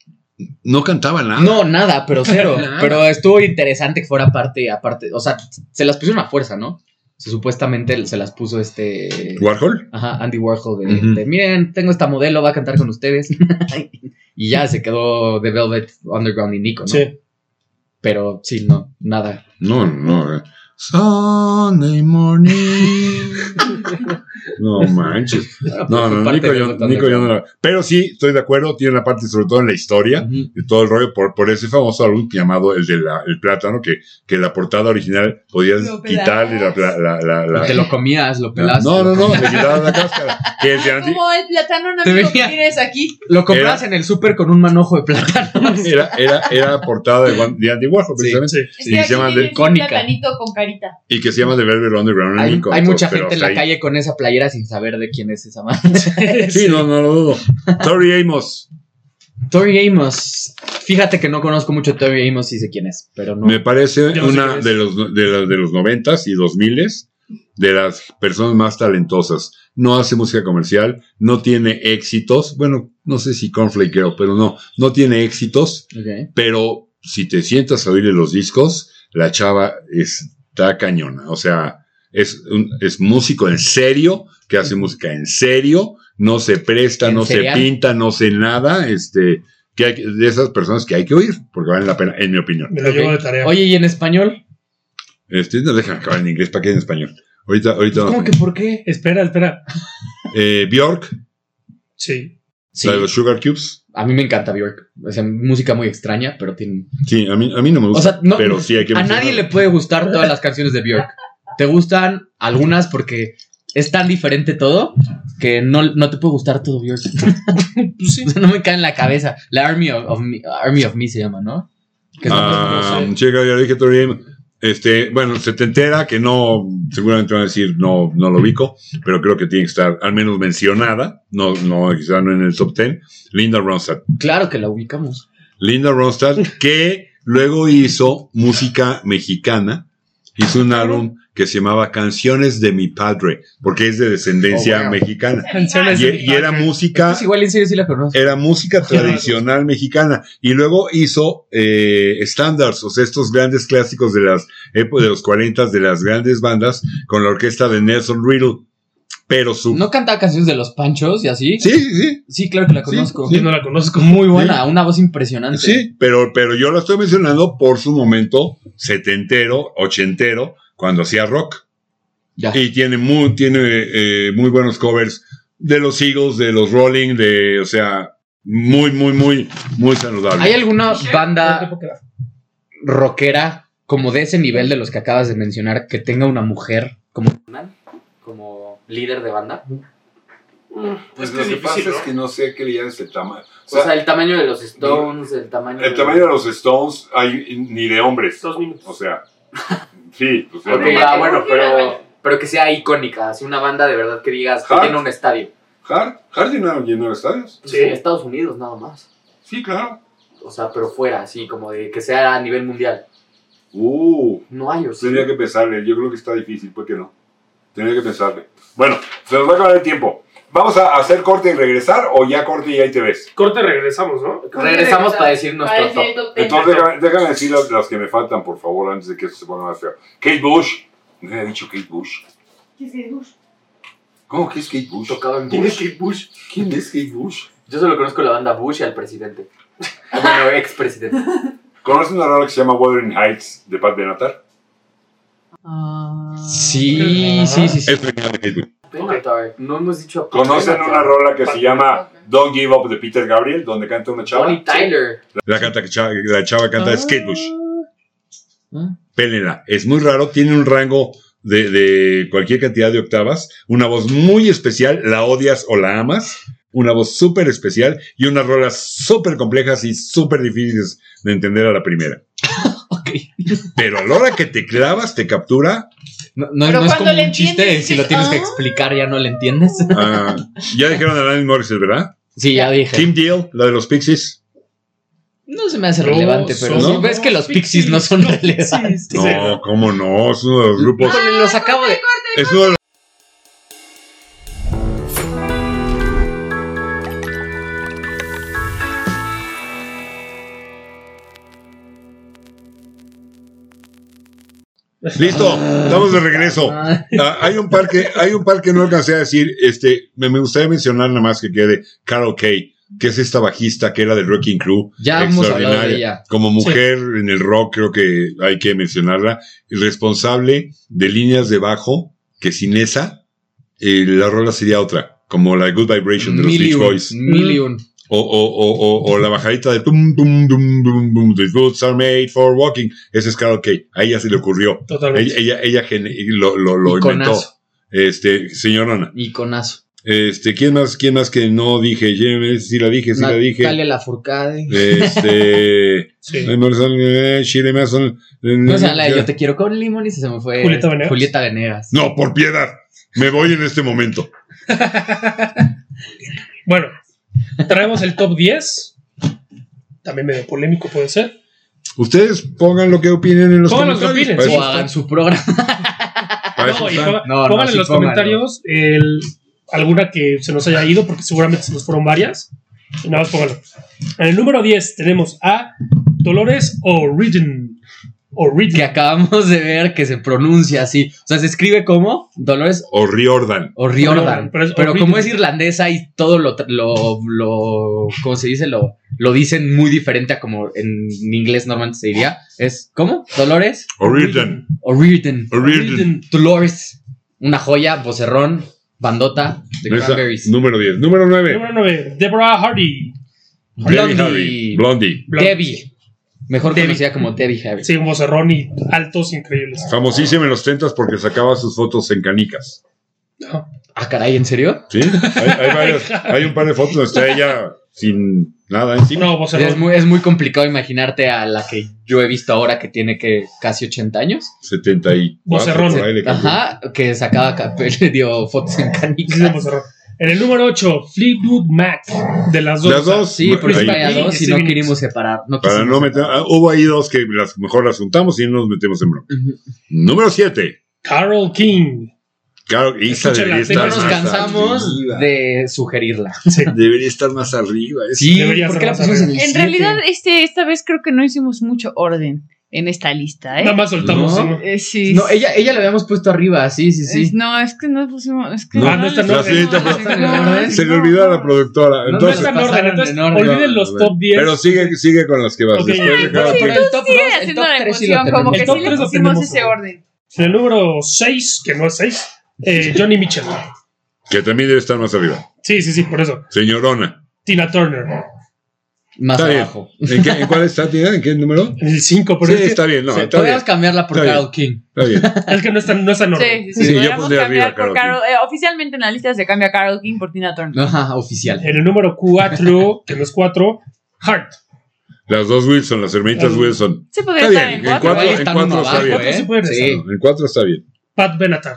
no cantaba nada.
No, nada,
(laughs)
pero cero.
Ah. Nada.
Pero estuvo interesante que fuera parte, aparte. O sea, se las pusieron a fuerza, ¿no? Se- supuestamente se las puso este.
Warhol.
Ajá, Andy Warhol de,
Ujú.
de, miren, tengo esta modelo, va a cantar con
(laughs)
ustedes. y ya se quedó The Velvet Underground y Nico, ¿no?
Sí.
Pero sí, no, nada.
No, no. eh. Sunday morning. (laughs) no manches.
(laughs)
No, no, Nico, yo, Nico yo no la- Pero sí, estoy de acuerdo, tiene una parte sobre todo en la historia,
Ujú.
de todo el rollo, por, por ese famoso álbum llamado el de la- el plátano, que, que la portada original podías
Lo
quitarle la... pla- la- la- la- ¿Ah? (laughs)
Te lo comías, lo pelaste.
no, no,
lo-
no, le quitaban la cáscara. Que es de Andy-
Como el plátano, no
Te
amigo que
venía-
tienes aquí.
Lo comprabas en el súper con un manojo de plátano.
era, era, era portada de, Wan- de Andy Warhol,
Sí,
precisamente.
sí.
Es
Y
que
se
aquí
llaman de-
tienes un
cónica.
platanito con playerita.
Y que se llama The Velvet Underground.
Hay,
Enemy Corps,
hay mucha
pero,
gente en
o sea,
la calle con esa playera sin saber de quién es esa madre. (laughs)
Sí, no, no lo dudo. Tori Amos.
Tori Amos. Fíjate que no conozco mucho a Tori Amos y sé quién es, pero no.
Me parece
Yo no sé
una
quién es.
de los de, las- de los noventas y dos miles de las personas más talentosas. No hace música comercial, no tiene éxitos. Bueno, no sé si Conflict Girl, pero no, no tiene éxitos.
Ok.
Pero si te sientas a oírle los discos, la chava está cañona. O sea, es, un- es músico en serio, que hace música en serio, no se presta,
En
no
serial.
se pinta, no se nada. Este, que hay que- de esas personas que hay que oír, porque valen la pena, en mi opinión.
Me lo llevo de tarea.
Oye, ¿y en español?
Este, no dejan acabar en inglés, ¿para qué en español? Ahorita, ahorita.
¿Cómo que por qué?
Espera, espera.
Eh, Bjork,
Sí.
Sí,
la de los Sugar Cubes.
a mí me encanta Bjork. O sea, música muy extraña, pero tiene...
Sí, a mí, a mí no me
O
gusta.
sea, no-
pero sí hay que
a nadie le puede gustar todas las canciones de Bjork. Te gustan algunas porque es tan diferente todo que no, no te puede gustar todo Bjork.
(laughs) Pues sí.
O sea, (laughs) no me cae en la cabeza. La Army of, of Me, Army of Me se llama, ¿no? Que es la más
Ah,
famosa.
chica, ya dije Tori Amos. Este, bueno, se te entera que no, seguramente van a decir no, no lo ubico, pero creo que tiene que estar al menos mencionada, no, no, quizá no en el top 10. Linda Ronstadt.
Claro que la ubicamos.
Linda
(laughs)
Ronstadt, que luego hizo música mexicana, hizo un álbum que se llamaba Canciones de mi padre, porque es de descendencia
Oh, wow.
mexicana.
Canciones
Y,
de mi
y era
padre.
música
Pues igual en serio sí la conozco.
era música tradicional mexicana y luego hizo eh, standards, o sea, estos grandes clásicos de las épocas de los 40 de las grandes bandas con la orquesta de Nelson Riddle. Pero su
¿No cantaba canciones de los Panchos y así?
Sí, sí, sí.
Sí, claro que la
Sí,
conozco.
Yo no la conozco.
Muy buena, una voz impresionante.
Sí, pero, pero yo la estoy mencionando por su momento setentero, ochentero, cuando hacía rock.
Ya.
Y tiene muy, tiene eh, muy buenos covers de los Eagles, de los Rolling, de, o sea, muy, muy, muy, muy saludable.
¿Hay alguna
No
banda
te puedo quedar.
rockera como de ese nivel de los que acabas de mencionar que tenga una mujer como
Como líder de banda.
Es
Pues
que
lo
es
que pasa
difícil,
es que
¿no? Pues
no sé qué le llaman el tamaño. O
O sea,
sea,
el tamaño de los Stones, el tamaño.
el tamaño de los Stones hay ni de hombres.
Dos minutos.
O sea, (laughs) sí, o sea,
Ok,
no
ah,
mames.
bueno, pero, pero que sea icónica, así una banda de verdad que digas que
Heart.
tiene un estadio.
Hard, Hard llenó, llenó estadios.
Pues
Sí.
En Estados Unidos nada más.
Sí, claro.
O sea, pero fuera, así como de que sea a nivel mundial.
Uh,
No hay, o sí.
tendría que pensarle. Yo creo que está difícil, ¿por qué no? Tendría que pensarle. Bueno, se nos va a acabar el tiempo. ¿Vamos a hacer corte y regresar o ya corte y ahí te ves?
Corte, regresamos, ¿no?
Regresamos para decir nuestro
Para decir el
top.
top ten.
Entonces, déjame, déjame decir las, las que me faltan, por favor, antes de que esto se ponga más feo. Kate Bush. No había dicho Kate Bush.
¿Qué es que es?
¿Cómo que es Kate Bush?
Tocaba en
¿Quién es
Bush.
Kate Bush? ¿Quién es Kate Bush?
Yo solo conozco la banda Bush y al presidente. Ah, Bueno, (laughs) expresidente.
¿Conoces una rola que se llama Wuthering Heights de Pat Benatar?
Ah. Sí, sí, sí, sí.
Es genial de Kate Bush.
Benatar. No hemos dicho a
¿Conocen
Benatar.
una rola que se llama Don't Give Up de Peter Gabriel, donde canta una chava?
Bonnie Tyler.
La, canta, que chava- la chava canta es Kate Bush.
Ah.
Pélenla. Es muy raro, tiene un rango de, de cualquier cantidad de octavas, una voz muy especial, la odias o la amas, una voz súper especial y unas rolas súper complejas y súper difíciles de entender a la primera.
(laughs) Ok.
Pero a la hora que te clavas, te captura.
No, no-
Pero
no es
cuando
como
le
un chiste,
entiendes,
si lo
dices,
tienes que
"Ah".
explicar ya no le entiendes. (laughs)
ah, ya dijeron a Alanis Morissette, ¿verdad?
Sí, ya dije.
Kim Deal, la de los Pixies.
No se me hace
No,
relevante, pero
son
¿no?
los
ves que los pixies, no son
los
(laughs)
Pixies.
relevantes.
No, cómo no, es uno de los grupos.
Híjole, los acabo de...
Es uno de los- Listo, estamos de regreso.
Ah,
Ah, hay un par que, hay un par que no alcancé a decir, este, me, me gustaría mencionar nada más que quede Carol Kay, que es esta bajista que era del Wrecking Crew.
Ya hemos hablado de ella.
Como mujer en el rock creo que hay que mencionarla, responsable de líneas de bajo, que sin esa, eh, la rola sería otra, como la Good Vibration de los
Mil y
Beach
un,
Boys.
mil y un.
O, o, o, o, o la bajadita de pum, pum, dum, dum, dum, The Boots Are Made for Walking. Esa es Carol Kay. A ella se le ocurrió.
Totalmente.
Ella, ella, ella gene- lo, lo, lo inventó.
Iconazo.
Este, señorona.
Iconazo.
Este, ¿quién más, quién más que no dije? James, sí la dije, sí la dije.
Natalia Lafourcade.
Este,
Sí.
Ay, Marisol, eh, Shirley Manson, eh,
No, o sea, la de Yo te quiero con limón y se me fue.
Julieta Venegas.
Julieta Venegas.
No, por piedad. Me voy en este momento.
Bueno, traemos el top 10. También medio polémico puede ser.
Ustedes pongan lo que opinen en los
Pongan lo que
comentarios.
opinen,
Para
Pues
eso
sí. Ah,
O hagan su programa.
para eso
No, y
están.
ponga-
No, no,
pongan
sí,
en los
pónganlo.
comentarios el- alguna que se nos haya ido, porque seguramente se nos fueron varias. Y nada más pónganlo. En el número 10 tenemos a Dolores O'Riordan.
que
O'Riordan.
acabamos de ver que se pronuncia así. O sea, se escribe como Dolores
O Riordan.
Pero
O'Riordan. Pero,
es O'Riordan.
como es irlandesa y todo lo, tra- lo, lo ¿cómo se dice? Lo, lo dicen muy diferente a como en inglés normalmente se diría. Es, ¿cómo? Dolores
O Riordan.
O'Riordan.
O Riordan.
Dolores. Una joya, vocerrón, bandota de
Esa,
Cranberries.
Número 10. Número 9.
Número 9, Deborah Hardy.
Blondie.
Blondie.
Harry. Blondie.
Debbie. Mejor
Debbie.
conocida como Debbie Harry.
Sí, un vocerrón y altos increíbles.
Famosísima en los 30 porque sacaba sus fotos en canicas.
Ah, caray, ¿en serio?
¿Sí? Hay, hay
(laughs)
varias- hay un par de fotos donde está ella sin nada encima.
No,
Es
vocerrón.
muy, es muy complicado imaginarte a la que yo he visto ahora que tiene que casi 80 años.
74.
Vocerrón.
por ahí le cambió.
Ajá, que sacaba (laughs) capel, dio fotos en
Sí, es
canicas.
vocerrón. En el número 8, Fleetwood Mac. De las dos.
Las dos.
Sí, por eso
Ahí.
hay a dos
Sí,
y no
sí,
queríamos separar. No
Para
quisimos
no meter,
separar.
ah, hubo ahí dos que las, mejor las juntamos y no nos metemos en broma.
Ujú.
Número 7.
Carol King.
Claro, Isa
Escúchala,
debería
tengo
estar
No
Estás
nos
más
cansamos
arriba.
de sugerirla.
Sí.
Debería estar más arriba. es-
Sí,
Debería
¿por
ser
qué la
más
pusimos en
arriba.
el
En
siete?
realidad, este, esta vez creo que no hicimos mucho orden en esta lista, ¿eh?
Nada más soltamos
No.
uno.
Eh, sí.
No, ella, ella la habíamos puesto arriba, sí, sí,
Es-
sí.
no, es que no pusimos. Es que
No,
Ah, no está en
La
orden.
señorita,
No,
pero-
no, no,
Se le
no,
olvidó a
no.
la productora.
No,
No
Entonces,
está en orden.
pasaron
Entonces,
en orden.
olviden los
Bueno,
top 10.
Pero sigue, sigue con las que vas.
Ok,
Después de
ay,
cada
sí,
quien.
Pero el top
Sigue
2, el
haciendo
top
la
3 sí lo
emoción, como
tenemos.
que
El top
sí le
tres lo
pusimos
tenemos.
ese orden.
En el número 6, que no es 6,
(laughs)
Johnny Mitchell.
Que también debe estar más arriba.
Sí, sí, sí, por eso.
Señorona.
Tina Turner.
Más
Está bien.
abajo.
¿En, qué- en cuál está, Tina? ¿En qué número?
En el 5,
Sí,
pero es, que,
está bien, no,
Sí,
está bien.
Podríamos cambiarla por
Está bien.
Carol King.
Está bien.
es que no está, no está en orden.
Sí, sí,
Sí,
sí.
yo
podríamos
pondría arriba
cambiar por
a Carol
Carol- eh, oficialmente en la lista se cambia Carol King por Tina Turner.
Ajá, oficial.
En el número 4, que no es 4, Hart.
Las dos Wilson, las hermanitas
Está bien.
Wilson.
Se podría
Está
estar
bien,
en
en
cuatro.
cuatro-
Igual está uno ¿eh?
cuatro está bien.
Sí puede ser.
Sí.
En cuatro está bien.
Pat Benatar.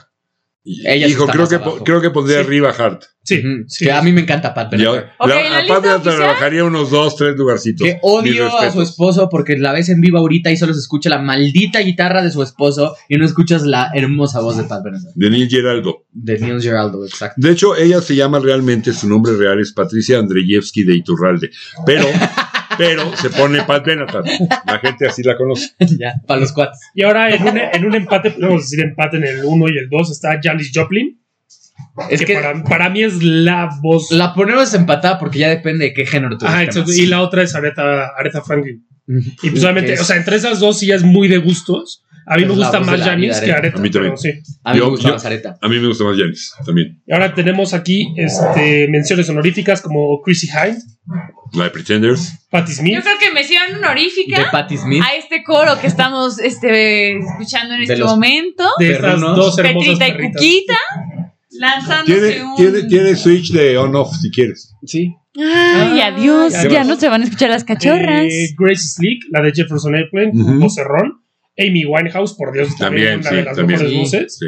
Y-
Ella sí
Hijo,
está
creo
más
que, po-
abajo.
creo que pondría
Sí.
arriba a Hart.
Sí,
Ujú.
sí.
Que a mí me encanta Pat
Y a-
Benatar.
Ok,
la-
¿en la
a
lista
Pat Benatar
oficial?
le bajaría unos dos, tres lugarcitos.
Que
Mis
odio a su
respetos.
esposo porque la ves en viva ahorita y solo se escucha la maldita guitarra de su esposo y no escuchas la hermosa voz de Pat Benatar.
De Neil Geraldo.
De Neil
(laughs)
Geraldo, exacto.
De hecho, ella se llama realmente, su nombre real es Patricia Andreyevsky de Iturralde. (laughs) Pero, pero se pone Pat Benatar. La gente así la conoce.
ya, para los cuates.
Y ahora en un, en un empate, podemos decir empate en el 1 y el 2, está Janis Joplin.
Es
que,
que
para, para mí es la voz.
la ponemos empatada porque ya depende de qué género tú
Ah,
busques
exacto.
más.
Y la otra es Aretha, Aretha Franklin. Y
Que
pues obviamente,
es-
o sea, entre esas dos sí ya es muy de gustos. A mí
Es
me
la
gusta
voz
más
de la vida,
Janis que
Aretha.
Aretha.
A mí también.
pero sí.
a mí
yo-
me gusta
yo-
más Areta.
A mí me gusta más Janis también.
Y ahora tenemos aquí este, menciones honoríficas como Chrissy Hynde,
La de Pretenders.
Ah,
Patti Smith.
Yo creo que me hicieron
De
honorífica
Patti Smith.
a este coro que estamos este, escuchando en
De
este
los-
momento.
de estas
Perrunos.
dos hermosas
Petrita y
perritas.
Cuquita lanzándose
Tiene,
un.
tiene, tiene switch de on-off si quieres.
Sí.
Ay, adiós.
ya
Ya
vas.
no se van a escuchar las cachorras.
Eh, Grace Slick, la de Jefferson Airplane,
Ujú.
vocerrón. Amy Winehouse, por Dios,
También,
también, una
sí,
de las
también.
mejores
Sí.
voces.
Sí.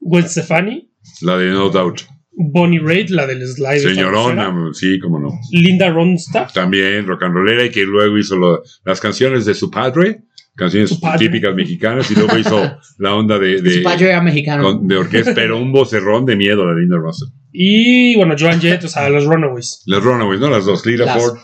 Gwen Stefani,
La de No Doubt.
Bonnie Raitt, la del slide. esta
Señorona,
vocera.
sí, cómo no.
Linda Ronstadt.
También rock and rollera y que luego hizo lo- las canciones de su padre, canciones
Su padre.
típicas mexicanas, y luego
(laughs)
hizo la onda de, de,
Su padre era mexicano.
con- de orquesta, pero un vocerrón de miedo la Linda Russell.
Y bueno, Joan Jett, o sea, los Runaways.
Las Runaways, ¿no? Las dos, Lila
Las-
Ford.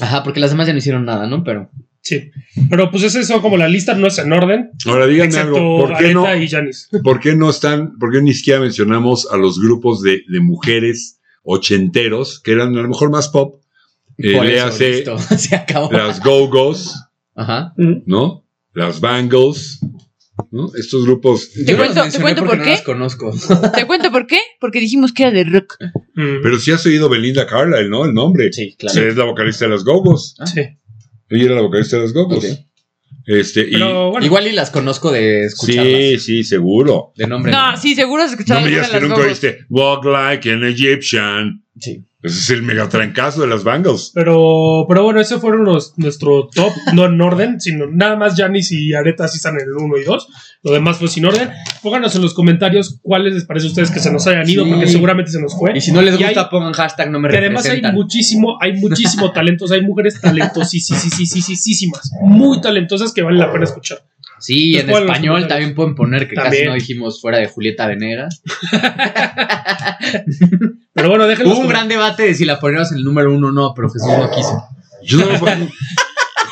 Ajá, porque las demás ya no hicieron nada, ¿no? Pero.
Sí. Pero pues esas son como la lista, no es en orden.
Ahora díganme algo,
Excepto
¿por qué,
Aretha
no,
y Janis.
¿por qué no están, por qué ni siquiera mencionamos a los grupos de, de mujeres ochenteros, que eran a lo mejor más pop, eh,
por
le
eso,
hace
listo, (laughs) Se acabó.
(laughs)
las Go-Go's,
Ajá.
¿no? Las Bangles, ¿no? Estos grupos.
Yo
cuento-
no las
te
mencioné
cuento
porque
por
no
qué.
las conozco.
¿Te cuento por qué? Porque dijimos que era de rock.
Mm,
Pero sí has oído Belinda Carlisle, ¿no? El nombre.
Sí,
Ella
claro.
Es la vocalista de las Gogos.
sí.
Ella era la vocalista de las Gogos.
Ah. Ok.
Este, y,
Pero bueno,
Igual y las conozco de escucharlas.
sí, sí, seguro.
De nombre.
No, sí, seguro has escuchado
No me
alguna de
digas que
las
nunca
dos.
oíste Walk Like an Egyptian.
Sí.
Ese es el megatrancazo de las Bangles.
Pero, pero bueno, esos fueron los, nuestro top, no en orden, sino nada más Janis y Areta sí están en el 1 y 2. Lo demás fue sin orden. Pónganos en los comentarios cuáles les parece a ustedes que se nos hayan ido,
Sí.
porque seguramente se nos fue.
Y si no les
Y
gusta,
hay-
pongan hashtag no me
que además hay
representan.
muchísimo, hay
(laughs)
muchísimo talento, o sea, hay mujeres talentosísimas, muy talentosas que vale la pena escuchar.
Sí,
Pues
en
pongan los
español
comentarios.
también pueden poner que casi
También.
no dijimos fuera de Julieta Venegas.
Pero bueno, déjenlos.
Hubo un
con-
gran debate de si la ponemos en el número uno o no, pero Jesús no quiso.
Yo no la pon- (laughs)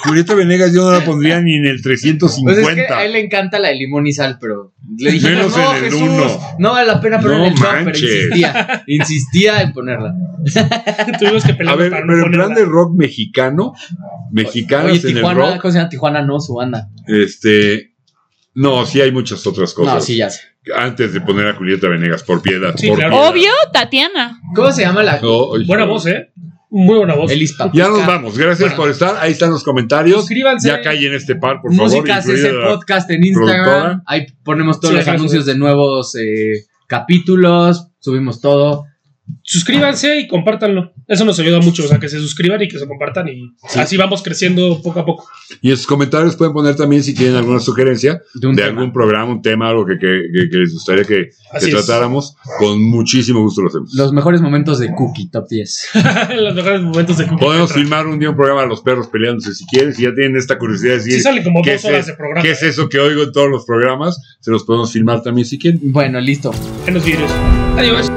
Julieta Venegas yo no la pondría ni en el
Pues
350.
es que a él le encanta la de limón y sal, pero le dijimos,
Menos
no,
en el
Jesús,
uno".
no vale la pena poner
No
en el top, pero
manches.
insistía, insistía en ponerla.
Tuvimos que
A
pelear
ver,
para no
pero en
ponerla.
plan de rock mexicano, mexicanos
Oye,
en el
Tijuana,
rock,
¿cómo se llama? Tijuana no, su banda.
este, no, sí hay muchas otras cosas.
No, sí, ya sé.
Antes de poner a Julieta Venegas, por piedad.
Sí,
por
claro.
piedad.
Obvio, Tatiana.
¿Cómo se llama la?
No, oye,
Buena voz, ¿eh? Muy buena voz.
Elis Papuca.
Ya nos vamos, gracias
Bueno.
por estar. Ahí están los comentarios.
Suscríbanse.
Ya callen este par, por favor.
Músicas es
incluida
el
la-
podcast en Instagram.
productora.
Ahí ponemos todos
Sí,
los
gracias.
anuncios de nuevos eh, capítulos, subimos todo.
suscríbanse y compártanlo. Eso nos ayuda mucho, o sea, que se suscriban y que se compartan y así vamos creciendo poco a poco. (laughs)
Y en sus comentarios pueden poner también si tienen alguna sugerencia
De un
de
tema.
algún programa, un tema, algo que, que- que- que les gustaría que, que
Así es.
tratáramos. Con muchísimo gusto lo hacemos.
Los mejores momentos de Cookie Top (laughs) 10.
Los mejores momentos de Cookie
Podemos
Petra.
filmar un día un programa de los perros peleándose si quieren, si ya tienen esta curiosidad de
Sí,
decir
salen como
¿Qué es
dos horas
eso?
de programa.
qué es eso que oigo en todos los programas, se los podemos filmar también si quieren.
bueno, listo.
En los vídeos. Adiós.